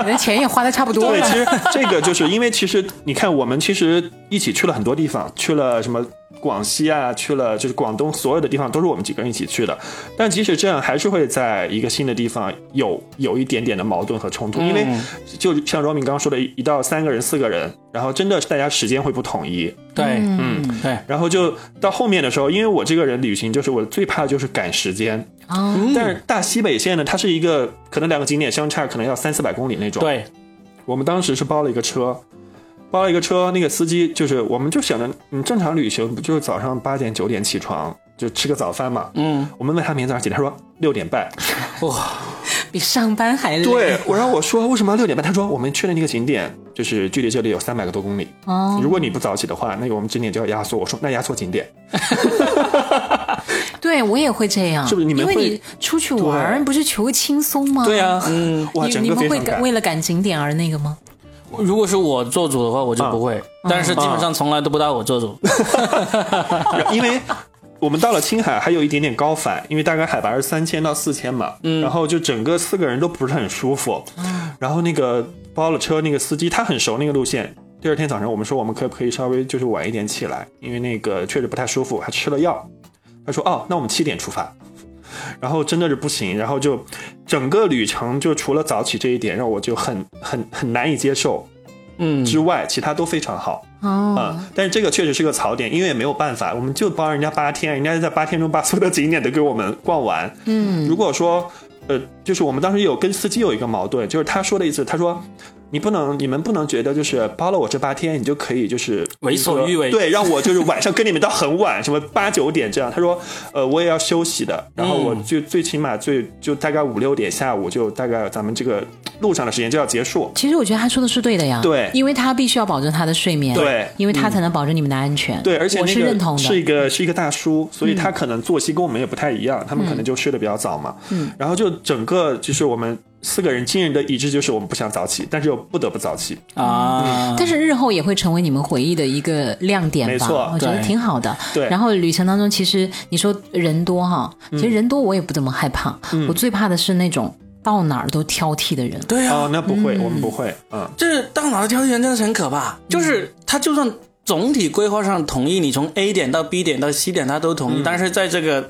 你的钱也花的差不多对，了其。实这个就是因为其实你看，我们其实一起去了很多地方，去了什么广西啊，去了就是广东所有的地方都是我们几个人一起去的。但即使这样，还是会在一个新的地方有有一点点的矛盾和冲突，因为嗯就像 Romin 刚刚说的，一到三个人、四个人，然后真的大家时间会不统一。对，嗯嗯，对，然后就到后面的时候，因为我这个人旅行就是我最怕的就是赶时间，啊，嗯但是大西北线呢，它是一个可能两个景点相差可能要三四百公里那种。，对，我们当时是包了一个车，包了一个车，那个司机就是我们就想着，你正常旅行不就是早上八点九点起床就吃个早饭嘛？嗯，我们问他明天早上几点，他说六点半。哇，比上班还累。对，我然后我说为什么要六点半？他说我们去的那个景点就是距离这里有三百个多公里，哦，如果你不早起的话，那个我们景点就要压缩。我说那压缩景点，对我也会这样，是不是你们因为会你出去玩儿对不是求轻松吗？对啊，嗯，哇，你整你个们非会常赶。为了赶景点而那个吗？如果是我做主的话，我就不会，但是基本上从来都不带我做主。 [LAUGHS] 因为我们到了青海还有一点点高反，因为大概海拔是三千到四千嘛，然后就整个四个人都不是很舒服，然后那个包了车那个司机他很熟那个路线。第二天早上，我们说我们可不可以稍微就是晚一点起来，因为那个确实不太舒服，还吃了药。他说哦，那我们七点出发，然后真的是不行，然后就整个旅程就除了早起这一点让我就很很很难以接受嗯，之外，其他都非常好。哦，啊，但是这个确实是个槽点，因为也没有办法，我们就帮人家八天，人家在八天中把所有的景点都给我们逛完。嗯，如果说，呃，就是我们当时有跟司机有一个矛盾，就是他说的意思，他说。你不能，你们不能觉得就是包了我这八天，你就可以就是为所欲为对，让我就是晚上跟你们到很晚，什么八九点这样。他说，呃，我也要休息的，然后我嗯就最起码最就大概五六点下午就大概咱们这个路上的时间就要结束。其实我觉得他说的是对的呀，对因为他必须要保证他的睡眠，对嗯因为他才能保证你们的安全，对，而且我那是个认同是的，一嗯个是一个大叔，所以他可能作息跟我们也不太一样，他们嗯可能就睡得比较早嘛。嗯，然后就整个就是我们四个人惊人的一致，就是我们不想早起，但是又不得不早起。啊，但是日后也会成为你们回忆的一个亮点吧，没错我觉得对嗯挺好的。对然后旅程当中，其实你说人多哈，其实人多我也不怎么害怕，我最怕的是那种到哪儿都挑剔的人。对啊，哦，那不会，我们不会，嗯，这大脑的挑剔人真的是很可怕，就是他就算总体规划上同意你从 A 点到 B 点到 C 点，他都同嗯意，但是在这个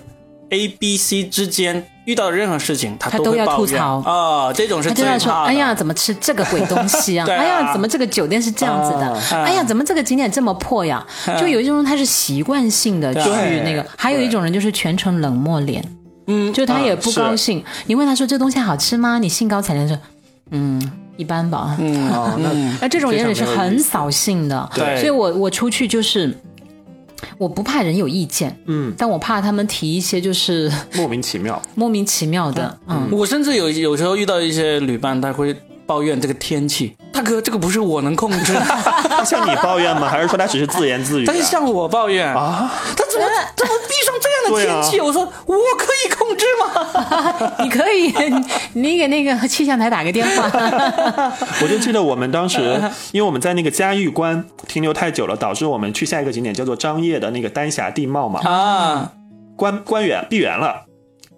A、B、C 之间遇到的任何事情，他他都都会要抱吐怨槽啊，这种是他就最在说：“怕的。哎呀，，怎么吃这个鬼东西 [LAUGHS] 啊？对啊哎呀，怎么这个酒店是这样子的？啊哎呀，怎么这个景点这么破呀？”嗯就有一种人他是习惯性的去对那个，还有一种人就是全程冷漠脸，嗯，就他也啊不是高兴。你问他说：“这东西好吃吗？”你兴高采烈地说：“嗯，一般吧。”哦，那那这种人也是非常没有很意思扫兴的。对所以我我出去就是。我不怕人有意见，嗯，但我怕他们提一些就是 [LAUGHS] 莫名其妙。莫名其妙的，嗯，我甚至有有时候遇到一些旅伴，他会抱怨这个天气，大哥，这个不是我能控制的， [LAUGHS] 他向你抱怨吗？还是说他只是自言自语、他啊就？向我抱怨啊，他 [LAUGHS] 怎么怎么遇上这样的天气？对啊我说我可以控制吗？嗯 [LAUGHS] 你可以，你你给那个气象台打个电嗯话，我就记得我们当时，嗯因为我们在那个嘉峪关停留太久了，导致我们去下一个景点叫做张掖的那个丹霞地貌嘛，啊，关关园闭园了，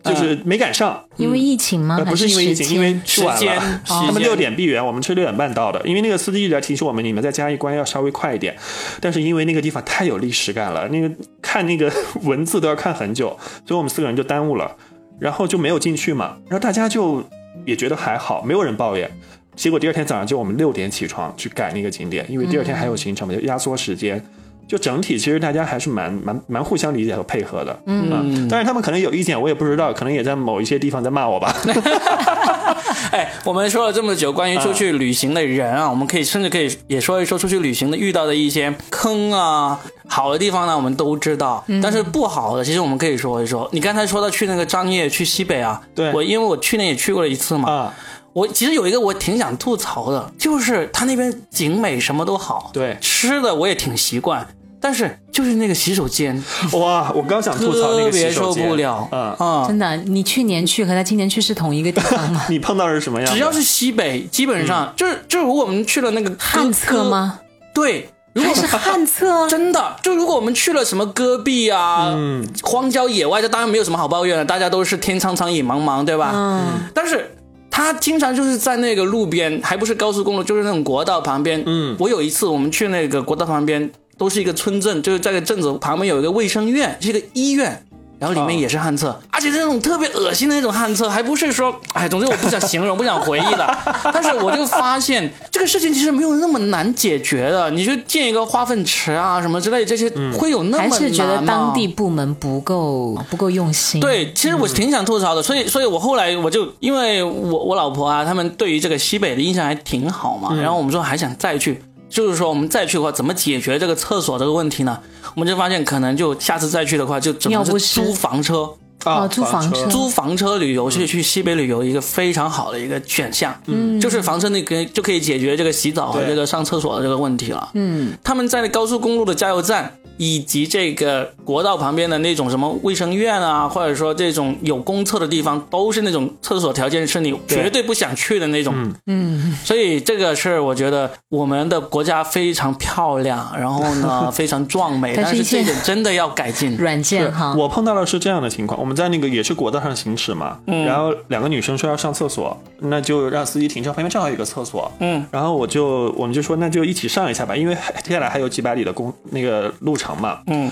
就是嗯没赶上。因为疫情吗？呃，不还是是因为疫情，因为去时晚 [LAUGHS] 间了，时他们间六点闭园，我们是六点半到的。因为那个司机一直在提醒我们，你们在嘉峪关要稍微快一点。但是因为那个地方太有历史感了，那个看那个 [LAUGHS] 文字都要看很久，所以我们四个人就耽误了，然后就没有进去嘛。然后大家就也觉得还好，没有人抱怨。结果第二天早上就我们六点起床去赶那个景点，因为第二天还有行程嘛，就压缩时间。就整体其实大家还是蛮蛮蛮互相理解和配合的，嗯，但是他们可能有意见，我也不知道，可能也在某一些地方在骂我吧。 [LAUGHS] 哎，我们说了这么久关于出去旅行的人嗯啊，我们可以甚至可以也说一说出去旅行的遇到的一些坑啊，好的地方呢我们都知道，嗯但是不好的其实我们可以说一说。你刚才说到去那个张掖去西北啊，对我因为我去年也去过了一次嘛，啊，我其实有一个我挺想吐槽的，就是他那边景美什么都好，对吃的我也挺习惯，但是就是那个洗手间哇，我刚想吐槽那特个洗别手受间不了，嗯，？啊、真的，你去年去和他今年去是同一个地方吗 [LAUGHS] 你碰到的是什么样的？只要是西北，基本上、嗯就是就是如果我们去了那个旱厕哥？吗？对，如还果是旱 [LAUGHS] [LAUGHS] 厕？真的，就如果我们去了什么戈壁啊、嗯嗯荒郊野外，这当然没有什么好抱怨的，大家都是天苍苍，野茫茫，对吧？嗯，但是他经常就是在那个路边，还不是高速公路，就是那种国道旁边。嗯，我有一次我们去那个国道旁边都是一个村镇，就是在个镇子旁边有一个卫生院，是一个医院。然后里面也是旱厕，而且是那种特别恶心的那种旱厕，还不是说，哎，总之我不想形容，不想回忆了。但是我就发现这个事情其实没有那么难解决的，你就建一个化粪池啊什么之类，这些会嗯有那么还难吗？是觉得当啊地部门不够不够用心。，对，其实我挺想吐槽嗯的，所以，所以我后来我就因为我我老婆啊，他们对于这个西北的印象还挺好嗯嘛，然后我们说还想再去，就是说我们再去的话，怎么解决这个厕所这个问题呢？我们就发现可能就下次再去的话，就只能尿不是湿租房车。啊，哦租房房车租房车旅游是去西北旅游一个非常好的一个选项，嗯，就是房车那个就可以解决这个洗澡和对这个上厕所的这个问题了，嗯，他们在高速公路的加油站以及这个国道旁边的那种什么卫生院啊，或者说这种有公厕的地方，都是那种厕所条件是你绝对不想去的那种，嗯，所以这个是我觉得我们的国家非常漂亮，然后 [LAUGHS] 呢非常壮美，但但是是一些这一点真的要改 [LAUGHS] 进，软件哈，我碰到的是这样的情况，我们在那个也是国道上行驶嘛，嗯然后两个女生说要上厕所，那就让司机停车，旁边正好有一个厕所，嗯，然后我就我们就说那就一起上一下吧，因为还接下来还有几百里的公那个路程嘛，嗯，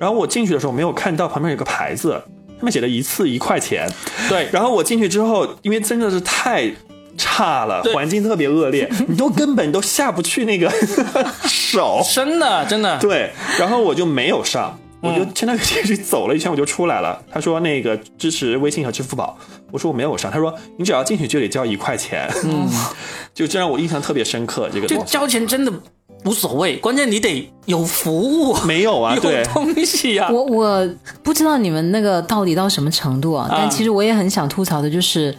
然后我进去的时候没有看到旁边有个牌子，上面写的一次一块钱，对。然后我进去之后，因为真的是太差了，对环境特别 [LAUGHS] 恶劣，你都根本都下不去那个手，真的，真的，对，然后我就没有上，我就嗯相当于进去走了一圈，我就出来了。他说那个支持微信和支付宝，我说我没有上，他说你只要进去就得交一块钱，嗯， [LAUGHS] 就这让我印象特别深刻。这个就东西交钱真的无所谓，关键你得有服务，没有啊，有对，东西啊。我我不知道你们那个到底到什么程度啊，啊但其实我也很想吐槽的就是，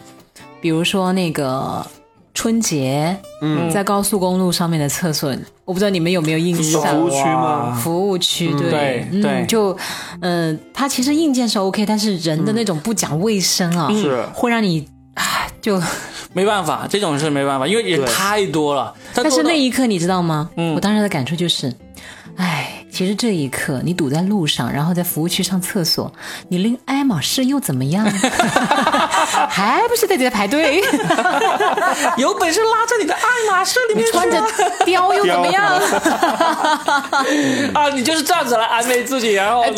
比如说那个春节，嗯，在高速公路上面的厕所，我不知道你们有没有印有服务象。区吗？服务区对对，对嗯，就，嗯，它其实硬件是 OK，但是人的那种不讲卫生啊，是会让你，唉，就，没办法，这种事没办法，因为人对太多了。但但是那一刻你知道吗？嗯我当时的感触就是，唉，其实这一刻你堵在路上，然后在服务区上厕所，你拎爱马仕又怎么样？ [LAUGHS] 还不是在这排队， [LAUGHS] 有本事拉着你的爱马仕里面去穿着貂又怎么样？啊，你就是这样子来安慰自己，然后 [LAUGHS] 嗯哎，呢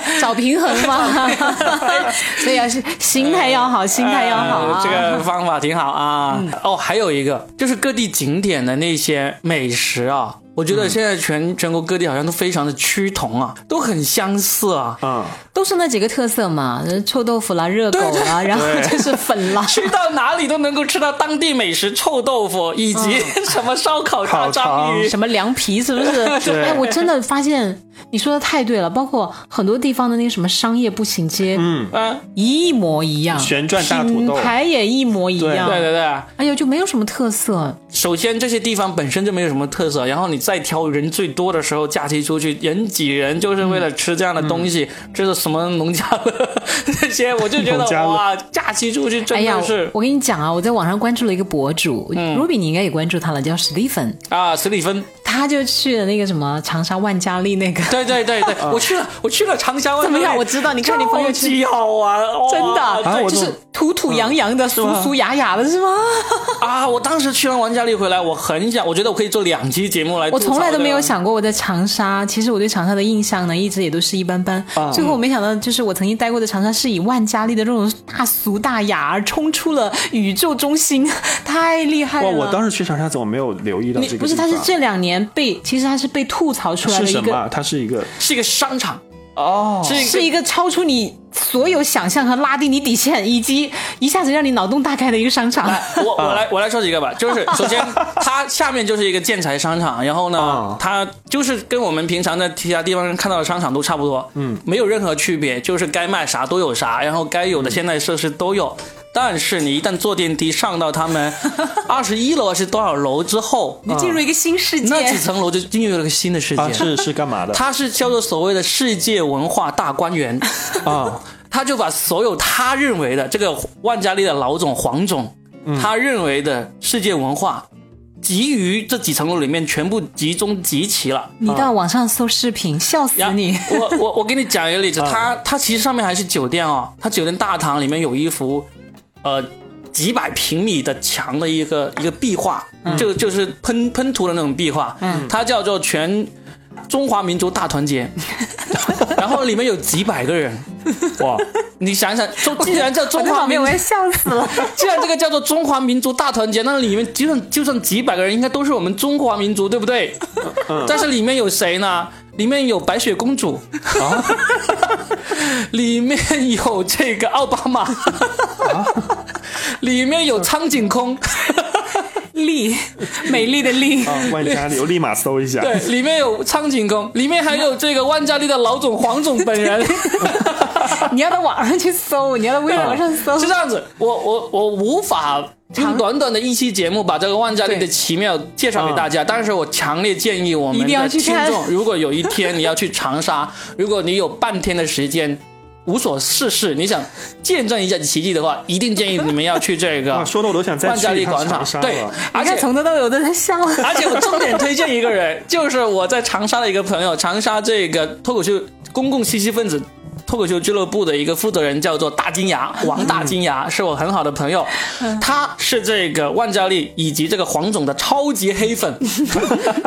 对， [LAUGHS] 找平衡嘛。哎 [LAUGHS] 所以要是心态要好，心态要好 [LAUGHS] 呃啊。嗯这个方法挺好啊。哦，还有一个就是各地景点的那些美食啊，我觉得现在全全国各地好像都非常的趋同啊，都很相似啊。嗯，都是那几个特色嘛，呃臭豆腐啦、热狗啦，然后就是粉啦。去到哪里都能够吃到当地美食，臭豆腐以及嗯什么烧烤大烤章肠鱼， [LAUGHS] 什么凉皮是不 [LAUGHS] 是？哎，我真的发现你说的太对了，包括很多地方的那个什么商业步行街，嗯，嗯，一模一样，旋转大土品豆牌也一模一样，对对对。哎呦，就没有什么特色，首先，这些地方本身就没有什么特色，然后你再挑人最多的时候，假期出去人挤人，就是为了吃这样的东西，嗯这是什么农家乐 [LAUGHS] 这些，我就觉得农家乐哇，假期出去哎真呀的是，、我跟你讲啊，我在网上关注了一个博主，r 嗯 u b y 你应该也关注他了，叫史蒂芬，啊，史蒂芬，他就去了那个什么长沙万家丽 [LAUGHS] 那个，对对对对，我去了，我去了长沙湾，啊怎么样对我知道你看你朋友圈超级好玩，哇真的、啊我就是懂土土洋洋的、俗吗俗雅雅的，是吗？啊！我当时去完玩家里回来，我很想，我觉得我可以做两期节目来，我从来都没有。想过我在长沙，其实我对长沙的印象呢，一直也都是一般般。啊最后我没想到，就是我曾经待过的长沙，是以万家丽的这种大俗大雅而冲出了宇宙中心，太厉害哇，了！我当时去长沙怎么没有留意到这个地方？不是，他是这两年被，其实他是被吐槽出来是的一什么个，啊？它是一个是一个商场，哦，是一个是一个超出你所有想象和拉低你底线，以及 [LAUGHS] 一下子让你脑洞大开的一个商场。啊 [LAUGHS] 我我来我来说几个吧，就是首先它下面就是一个建材商场，然后呢啊，它就是跟我们平常在其他地方看到的商场都差不多，嗯，没有任何区别，就是该卖啥都有啥，然后该有的现代设施都有。但是你一旦坐电梯上到他们二十一楼还是多少楼之后，你进入一个新世界，那几层楼就进入了个新的世界。啊，是是干嘛的？它是叫做所谓的世界文化大观园，啊，他就把所有他认为的这个万家丽的老总黄总，他认为的世界文化，集于这几层楼里面全部集中集齐了。 [LAUGHS] 你到网上搜视频，笑死然后你！我我我给你讲一个例子，他他其实上面还是酒店哦，他酒店大堂里面有一幅，呃。几百平米的墙的一嗯个一个壁画，就就是喷喷涂的那种壁画，它叫做全中华民族大 [LAUGHS] 团结，然后里面有几百个人，哇！你想想，中既然叫中我在华旁边民族我，也笑死了。 [LAUGHS] 既然这个叫做中华民族大团结，那里面就算就算几百个人，应该都是我们中华民族，对不对？但是里面有谁呢？里面有白雪公主啊，里面有这个奥巴马，里面有苍井空，丽，美丽的丽，啊，万家里我立马搜一下。对，里面有苍井空，里面还有这个万家丽的老总黄总本人。你要到网上去搜，你要 [LAUGHS] 到微博上搜啊是。这样子，我我我无法用短短的一期节目把这个万家丽的奇妙介绍给大家，但是我强烈建议我们一定要的去听看众，如果有一天你要去长沙， [LAUGHS] 如果你有半天的时间。无所事事，你想见证一下奇迹的话，一定建议你们要去这个 [LAUGHS] 啊，说的我都想再万家去丽一趟广长场沙。对了。，而你看且从头到尾我都在笑。而且我重点推荐一个人，就是我在长沙的一个朋友，长沙这个脱口秀公共信息分子脱口秀俱乐部的一个负责人，叫做大金牙王大金牙，是我很好的朋友，嗯他是这个万家丽以及这个黄总的超级黑 [LAUGHS] 粉，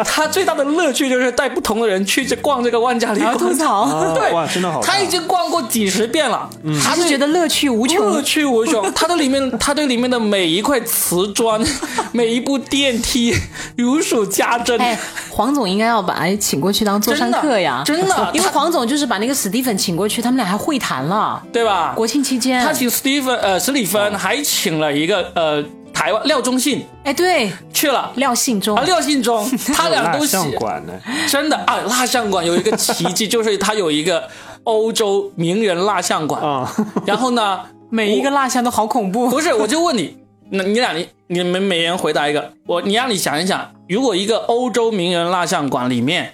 他最大的乐趣就是带不同的人去这逛这个万家丽然后吐广场，啊 [LAUGHS] 槽对，哇真的好看啊嗯他已经逛过几十遍了，他他对是觉得乐趣无乐穷，趣无穷。它对里面，它对里面的每一块瓷砖， [LAUGHS] 每一部电梯如数家珍。哎，黄总应该要把哎请过去当座山客呀，真的真的因为黄总就是把那个史蒂芬请过去，他们俩还会谈了。对吧？国庆期间，他请 Stephen 呃史蒂哦芬，还请了一个呃台湾廖忠信哎对，去了。廖信中啊，廖信忠，他俩蜡都喜像馆呢？真的啊，蜡像馆有一个奇 [LAUGHS] 迹，就是它有一个欧洲名人蜡像馆，啊，然后呢，每一个蜡像都好恐怖。不是，我就问你，那你俩你你们每人回答一个，我你让你想一想，如果一个欧洲名人蜡像馆里面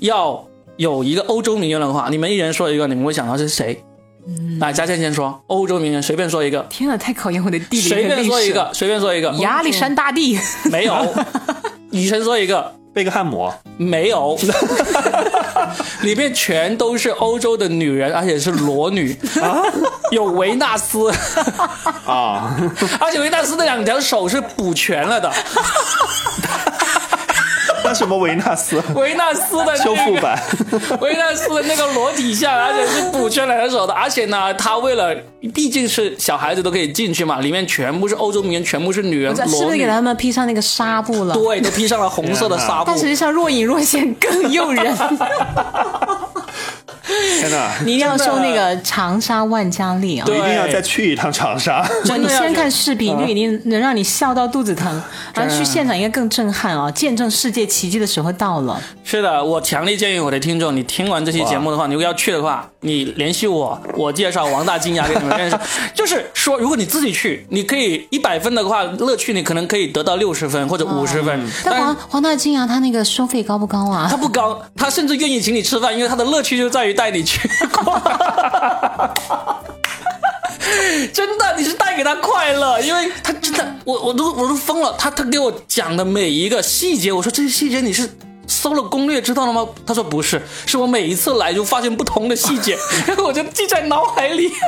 要有一个欧洲名人的话，你们一人说一个，你们会想到是谁？嗯来，佳倩先说，欧洲名人随便说一个，天哪，太考验我的地理随和便历说一史。个，随便说一个，亚历山大帝，没有，雨辰说一个。贝克汉姆，没 [LAUGHS] 有，里面全都是欧洲的女人，而且是裸女，啊有维纳斯，啊， [LAUGHS] 而且维纳斯的两条手是补全了的，那什么维纳斯维纳斯的那个修复版，维纳斯的那个裸体下，而且是补全两手的，而且呢，他为了毕竟是小孩子都可以进去嘛，里面全部是欧洲名人，全部是女人，裸女是不是给他们披上那个纱布了？对，都披上了红色的纱布但。实际上若隐若现更诱人。天哪！你一定要搜那个长沙万家丽啊！对一定要再去一趟长沙。哇，真你的要先去看视频嗯就一定能让你笑到肚子疼，然后去现场应该更震撼啊！见证世界奇迹的时候到了，是的，我强烈建议我的听众，你听完这期节目的话，你如果要去的话，你联系我，我介绍王大金牙给你们认识。 [LAUGHS] 就是说，如果你自己去，你可以一百分的话，乐趣你可能可以得到六十分或者五十分，嗯哎但黄黄大金牙啊他那个收费高不高啊他？不高，他甚至愿意请你吃饭，因为他的乐趣就在于带你去逛。 [LAUGHS] 真的，你是带给他快乐，因为他真的，我我都我都疯了。他他给我讲的每一个细节，我说这些细节你是搜了攻略知道了吗？他说不是，是我每一次来就发现不同的细节， [LAUGHS] 然后我就记在脑海里。 [LAUGHS]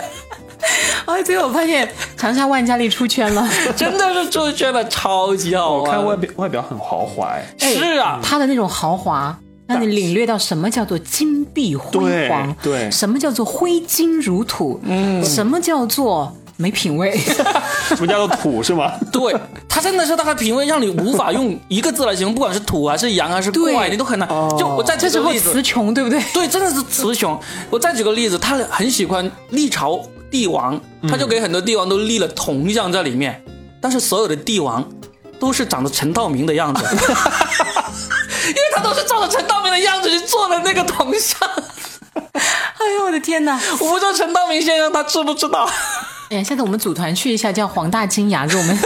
[LAUGHS] 哎，最后我发现长沙万家丽出圈 [LAUGHS] 了，真的是就觉得超级好我看玩。外表外表很豪华哎，是啊，他的那种豪华。让你领略到什么叫做金碧辉煌，对对什么叫做挥金如土，嗯，什么叫做没品 [LAUGHS] 位，什么叫做土是吗？ [LAUGHS] 对，它真的是它的品味让你无法用一个字来形容，不管是土还是羊还是怪，对哦你都很难。就我再举这时个候例子词，穷，对不对？对，真的是雌雄。我再举个例子，他很喜欢历朝帝王，他嗯就给很多帝王都立了铜像在里面，但是所有的帝王都是长得陈道明的样子，因 [LAUGHS] 为他都是照着陈道明的样子去做的那个铜像。 [LAUGHS] [LAUGHS] 哎呦我的天哪！我不知道陈道明先生他知不知道。哎，下次我们组团去一下，叫黄大金牙给我 [LAUGHS] 们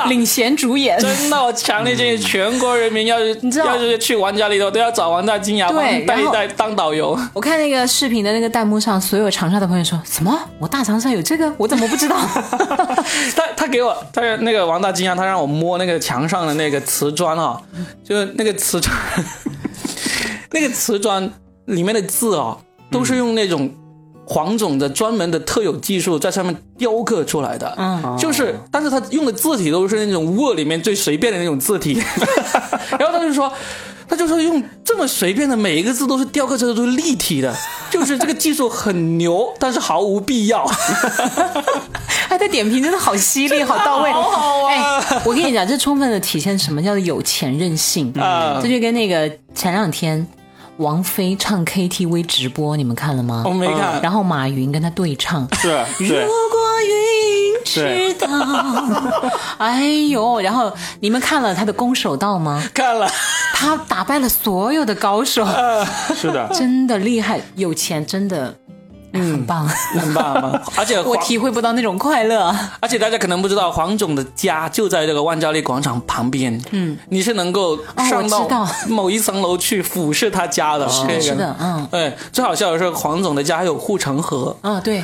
啊 [LAUGHS] 领衔主演。真的，我强烈建议全国人民要是嗯你知道要是去王家里头，都要找王大金牙帮对带一然后带当导游。我看那个视频的那个弹幕上，所有长沙的朋友说什么？我大长沙有这个，我怎么不知道？ [LAUGHS] 他他给我，他那个王大金啊牙，他让我摸那个墙上的那个瓷砖啊、就是那个瓷砖， [LAUGHS] 那个瓷砖里面的字啊、都是用那种黄总的专门的特有技术在上面雕刻出来的。嗯，就是，但是他用的字体都是那种 Word 里面最随便的那种字体。然后他就说。他就是用这么随便的每一个字都是雕刻出来都是立体的，就是这个技术很牛，但是毫无必要。他的哎点评真的好犀利，好到 [LAUGHS] 位，好好啊哎，我跟你讲，这充分的体现什么叫有钱任性。啊这就跟那个前两天王菲唱 KTV 直播，你们看了吗？嗯我没看，然后马云跟她对唱。 [LAUGHS] 是 [LAUGHS] 如果对。云知道，哎呦！然后你们看了她的攻守道吗？看了，她打败了所有的高手，嗯是的，真的厉害，有钱真的很棒。很棒很棒。 [LAUGHS] 而且我黄体会不到那种快乐。啊而且大家可能不知道，黄总的家就在这个万兆力广场旁边。嗯，你是能够上哦我知道到 [LAUGHS] 某一层楼去俯视他家的。是是的嗯对，最好笑的是黄总的家还有护城河。啊，对，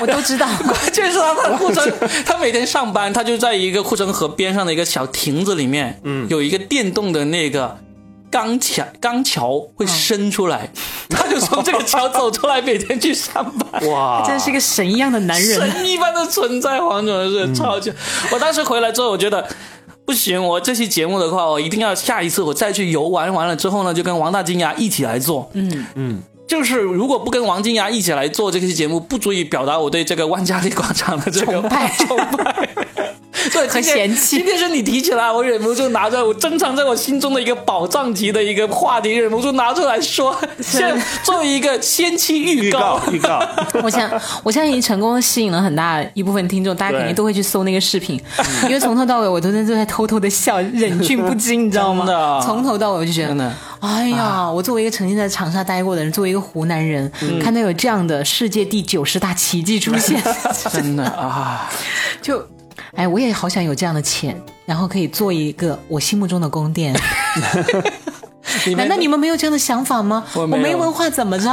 我都知道。 [LAUGHS] 关键是他在护城，他每天上班，他就在一个护城河边上的一个小亭子里面，嗯，有一个电动的那个。钢桥钢桥会伸出来，嗯他就从这个桥走出来，每天去上班。哇，真是个神一样的男人。神一般的存在，黄总的是超级。我当时回来之后，我觉得。不行，我这期节目的话，我一定要下一次我再去游玩完了之后呢，就跟王大金牙一起来做。嗯嗯，就是如果不跟王金牙一起来做这期节目，不足以表达我对这个万家丽广场的这个崇拜崇 [LAUGHS] 拜。对，和今天嫌弃今天是你提起来，我忍不住拿着我珍藏在我心中的一个宝藏级的一个话题，忍不住拿出来说，先 [LAUGHS] 作为一个先期预告预告， [LAUGHS] 我想，我相信成功吸引了很大一部分听众，大家肯定对都会去搜那个视频，嗯 [LAUGHS] 因为从头到尾我都在都在偷偷的笑，忍俊不禁，你知 [LAUGHS] 道真的啊吗？从头到尾我就觉真的啊得，哎呀，我作为一个曾经在长沙待过的人，作为一个湖南人，嗯看到有这样的世界第九十大奇迹 [LAUGHS] 出现，真的啊，就，哎，我也好想有这样的钱，然后可以做一个我心目中的宫殿。哎你们难道你们没有这样的想法吗？我我没有文化怎 [LAUGHS] 么着？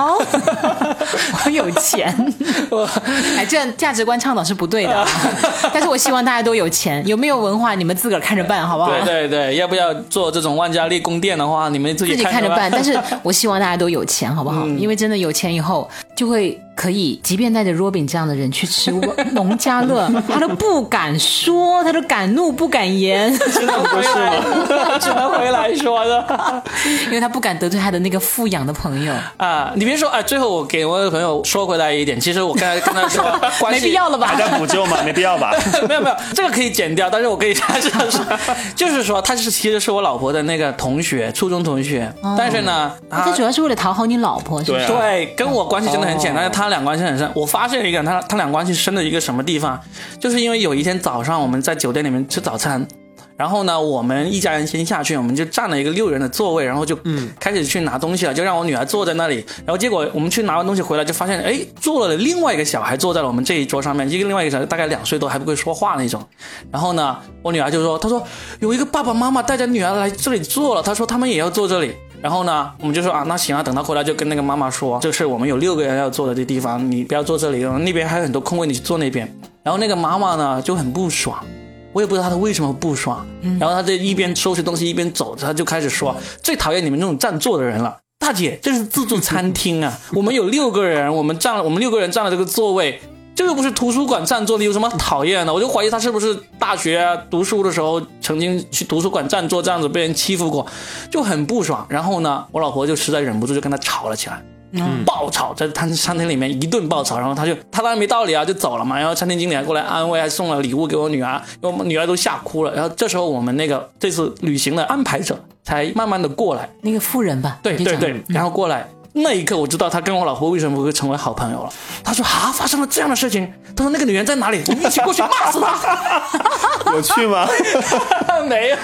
我有钱。我哎，这样价值观倡导是不对的啊， [LAUGHS] 但是我希望大家都有钱，有没有文化你们自个儿看着办，好不好？对对对，要不要做这种万家丽宫殿的话，你们自己自己看着办。办， [LAUGHS] 嗯但是我希望大家都有钱，好不好？因为真的有钱以后，就会可以，即便带着 Robin 这样的人去吃农家乐，他都不敢说，他都敢怒不敢 [LAUGHS] 言，只能回 [LAUGHS] 来，只能回来说的因为他不敢得罪他的那个富养的朋友。啊！你别说啊，最后我给我的朋友说回来一点，其实我刚才跟他 [LAUGHS] 说关系没必要了吧大？家补救嘛，没必要吧？ [LAUGHS] 没有没有，这个可以剪掉，但是我可以大家说， [LAUGHS] 就是说他是其实是我老婆的那个同学，初中同学，但是呢，哦他主要是为了讨好你老婆，是不对是？啊哦对，跟我关系真的很简单，他俩关系很深。我发现一个，他他俩关系深的一个什么地方，就是因为有一天早上我们在酒店里面吃早餐，然后呢，我们一家人先下去，我们就占了一个六人的座位，然后就嗯开始去拿东西了，就让我女儿坐在那里。然后结果我们去拿完东西回来，就发现哎，坐了另外一个小孩坐在了我们这一桌上面，一个另外一个小孩大概两岁多还不会说话那种。然后呢，我女儿就说，她说有一个爸爸妈妈带着女儿来这里坐了，她说他们也要坐这里。然后呢，我们就说啊，那行啊，等他回来就跟那个妈妈说，就是我们有六个人要坐的这地方，你不要坐这里，那边还有很多空位，你去坐那边。然后那个妈妈呢就很不爽，我也不知道她为什么不爽。然后她就一边收拾东西一边走，她就开始说最讨厌你们这种占座的人了。大姐，这是自助餐厅啊，我们有六个人，我们占了，我们六个人占了这个座位。这又不是图书馆占座，你有什么讨厌的？啊我就怀疑她是不是大学、啊、读书的时候曾经去图书馆占座这样子被人欺负过，就很不爽。然后呢，我老婆就实在忍不住就跟她吵了起来。嗯爆吵，在餐餐厅里面一顿爆吵，然后他就他当然没道理啊，就走了嘛。然后餐厅经理还过来安慰，还啊送了礼物给我女儿，因为我们女儿都吓哭了。然后这时候我们那个这次旅行的安排者才慢慢的过来，那个富人吧，对你就对讲对，然后过来。那一刻我知道他跟我老婆为什么会成为好朋友了。他说啊，发生了这样的事情。他说那个女人在哪里？我们一起过去骂死她。 [LAUGHS] 有趣吗？没有，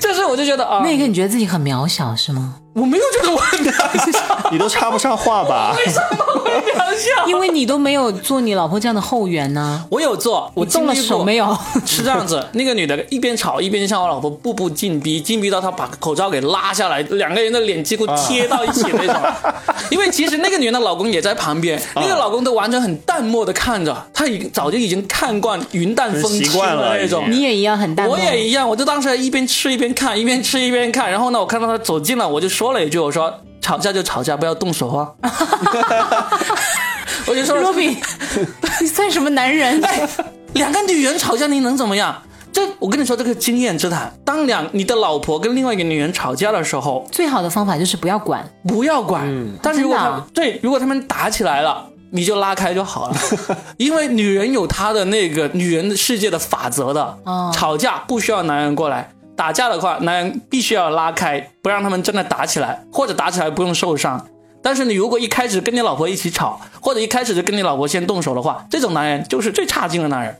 这时候我就觉得啊，那一刻你觉得自己很渺小是吗？我没有觉得我很渺小，你都插不上话 [LAUGHS] 吧？为什么会渺小？因为你都没有做你老婆这样的后援呢、我有做，我你动了经历过手没 [LAUGHS] 有？是这样子，那个女的一边吵一边向我老婆步步进逼，进逼到她把口罩给拉下来，两个人的脸几乎贴到一起那种。啊 [LAUGHS] 因为其实那个女人的老公也在旁边，那个老公都完全很淡漠的看着，他已经早就已经看惯云淡风很习轻惯了那种已。经你也一样很淡漠。我也一样，我就当时一边吃一边看，一边吃一边看。然后呢，我看到她走近了，我就说了一句：“我说吵架就吵架，不要动手啊。” [LAUGHS] 我就说了 [LAUGHS] Robin，你算什么男人？哎，两个女人吵架，你能怎么样？这我跟你说这个经验之谈，当两你的老婆跟另外一个女人吵架的时候，最好的方法就是不要管，不要管。但是如果他真的们啊对，如果他们打起来了。你就拉开就好了，因为女人有她的那个女人的世界的法则的。哦吵架不需要男人过来，打架的话，男人必须要拉开，不让他们真的打起来，或者打起来不用受伤。但是你如果一开始跟你老婆一起吵，或者一开始就跟你老婆先动手的话，这种男人就是最差劲的男人。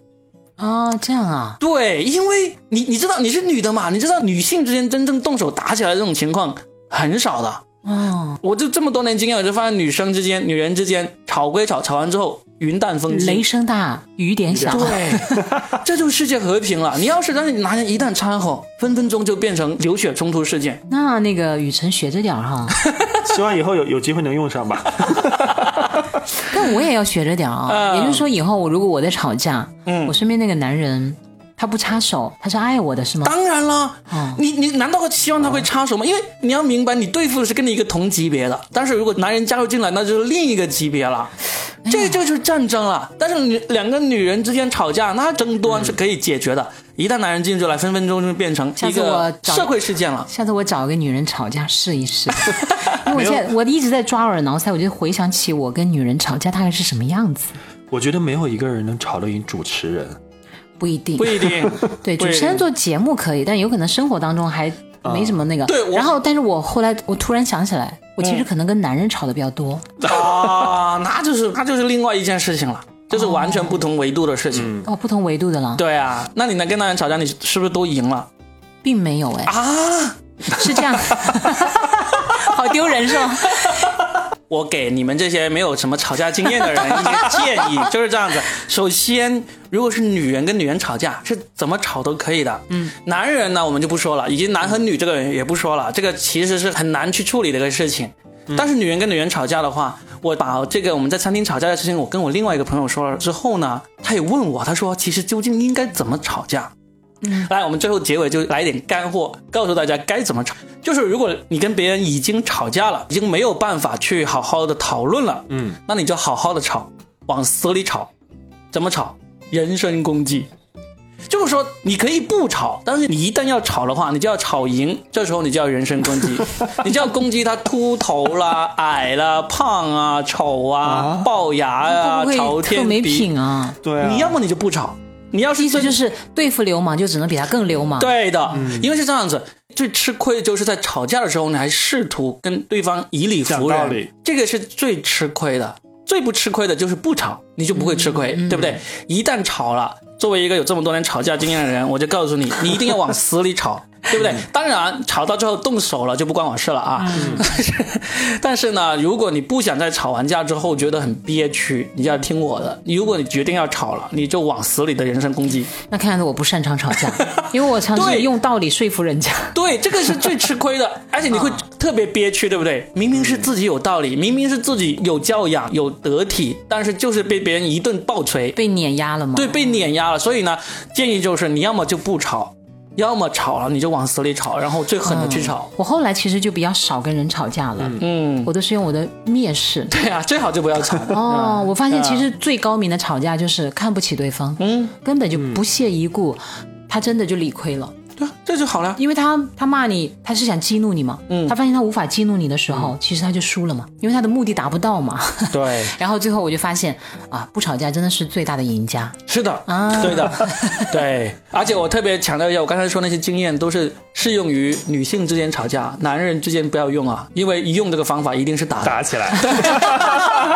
哦，这样啊，对，因为你你知道你是女的嘛，你知道女性之间真正动手打起来的这种情况很少的。哦，我就这么多年经验，我就发现女生之间、女人之间吵归吵，吵完之后云淡风轻雷。声大雨点小，嗯对，这就是世界和平了。你要是让男人一旦掺和，分分钟就变成流血冲突事件。 [LAUGHS] 那那个雨辰学着点 [LAUGHS] 儿哈，希望以后有有机会能用上吧。但我也要学着点儿啊。嗯也就是说，以后我如果我在吵架，嗯我身边那个男人他不插手，他是爱我的是吗？当然了，哦你你难道会希望他会插手吗？因为你要明白，你对付的是跟你一个同级别的，但是如果男人加入进来，那就是另一个级别了，哎这这就是战争了。但是女两个女人之间吵架，那争端是可以解决的。一旦男人进入来，分分钟就变成下一次我个找社会事件了。下次我找一个女人吵架试 [LAUGHS] 一试，因为我现在我一直在抓耳挠腮，我就回想起我跟女人吵架大概是什么样子，我觉得没有一个人能吵得赢主持人。不一定不。一 [LAUGHS] 定，对，不一主定啊持人做节目可以，但有可能生活当中还没什么那个。对我嗯然后，但是我后来我突然想起来，我其实可能跟男人吵的比较多。啊，那就是那就是另外一件事情了，就是完全不同维度的事情。哦，不同维度的了，对啊，那你能跟男人吵架，你是不是都赢了并没有哎，啊？[LAUGHS] 是这样，好丢人是吗？我给你们这些没有什么吵架经验的人一些建议，就是这样子。首先，如果是女人跟女人吵架，是怎么吵都可以的。嗯，男人呢，我们就不说了，以及男和女这个也不说了，这个其实是很难去处理的一个事情。但是女人跟女人吵架的话，我把这个我们在餐厅吵架的事情，我跟我另外一个朋友说了之后呢，他也问我，他说其实究竟应该怎么吵架？嗯，来，我们最后结尾就来一点干货，告诉大家该怎么吵。就是如果你跟别人已经吵架了，已经没有办法去好好的讨论了，嗯，那你就好好的吵，往死里吵，怎么吵？人身攻击，就是说你可以不吵，但是你一旦要吵的话，你就要吵赢，这时候你就要人身攻击，你就要攻击他秃头啦、矮啦、胖啊、丑啊、龅牙啊、会不朝会特天没鼻。品啊？对啊，你要么你就不吵，你要是意思真就是对付流氓就只能比他更流啊氓。对的，嗯因为是这样子，最吃亏的就是在吵架的时候，你还试图跟对方以理服讲道人理，这个是最吃亏的。最不吃亏的就是不吵，你就不会吃亏，嗯对不对？一旦吵了，作为一个有这么多年吵架经验的 [LAUGHS] 人，我就告诉你，你一定要往死里吵，对不对？嗯当然，吵到最后动手了就不关我事了啊。 [LAUGHS] 但是呢，如果你不想在吵完架之后觉得很憋屈，你就要听我的。如果你决定要吵了，你就往死里的人身攻击。那看来我不擅长吵 [LAUGHS] 架，因为我常常对用道理说服 [LAUGHS] 人家。对，这个是最吃亏 [LAUGHS] 的，而且你会特别憋屈，对不对？明明是自己有道理，明明是自己有教养、有得体，但是就是被别人一顿暴锤，被碾压了吗？对，，被碾压了。所以呢，建议就是你要么就不吵，要么吵了你就往死里吵，然后最狠的去吵。嗯我后来其实就比较少跟人吵架了，嗯，我都是用我的蔑视。 [LAUGHS] 对啊，最好就不要吵。哦，我发现其实最高明的吵架就是看不起对方，嗯，根本就不屑一顾，他真的就理亏了，对啊，这就好了。因为他他骂你，他是想激怒你嘛，嗯他发现他无法激怒你的时候，其实他就输了嘛，因为他的目的达不到嘛。 [LAUGHS] 对，然后最后我就发现啊，不吵架真的是最大的赢家。是的，啊对 [LAUGHS] 的，对。而且我特别强调一下，我刚才说那些经验都是适用于女性之间吵架，男人之间不要用啊，因为一用这个方法一定是打的。打起来，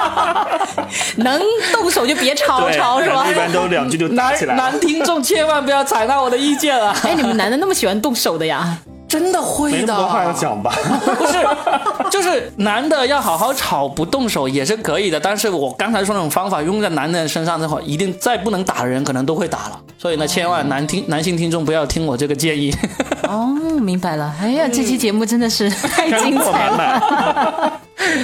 [LAUGHS] 能动手就别吵对吵是吧？一般都两句就打男起来了。男听众千万不要采纳我的意见啊！哎，你们男的那么喜欢动手的呀？ [LAUGHS] 真的没会那么多话要的，讲吧？不是， [LAUGHS] 就是男的要好好吵，不动手也是可以的。但是我刚才说那种方法用在男人身上的话，一定再不能打的人，可能都会打了。所以呢，千万男听男性听众不要听我这个建 [LAUGHS] 议。 [LAUGHS] 哦，明白了。哎呀，这期节目真的是太精彩了。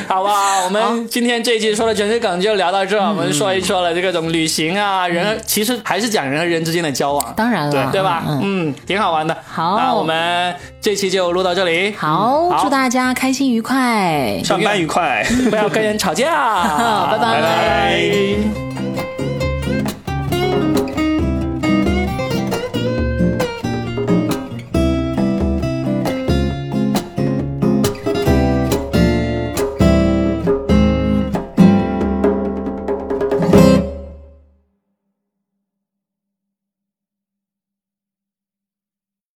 好吧，我们今天这一期说的全是梗，就聊到这儿。我们说一说了这个种旅行啊，嗯人其实还是讲人和人之间的交往，当然了，对吧？嗯，嗯，挺好玩的。好那我们这期就录到这里，嗯好，好祝大家开心愉快。上班愉快， [LAUGHS] 不要跟人吵架。拜拜拜拜。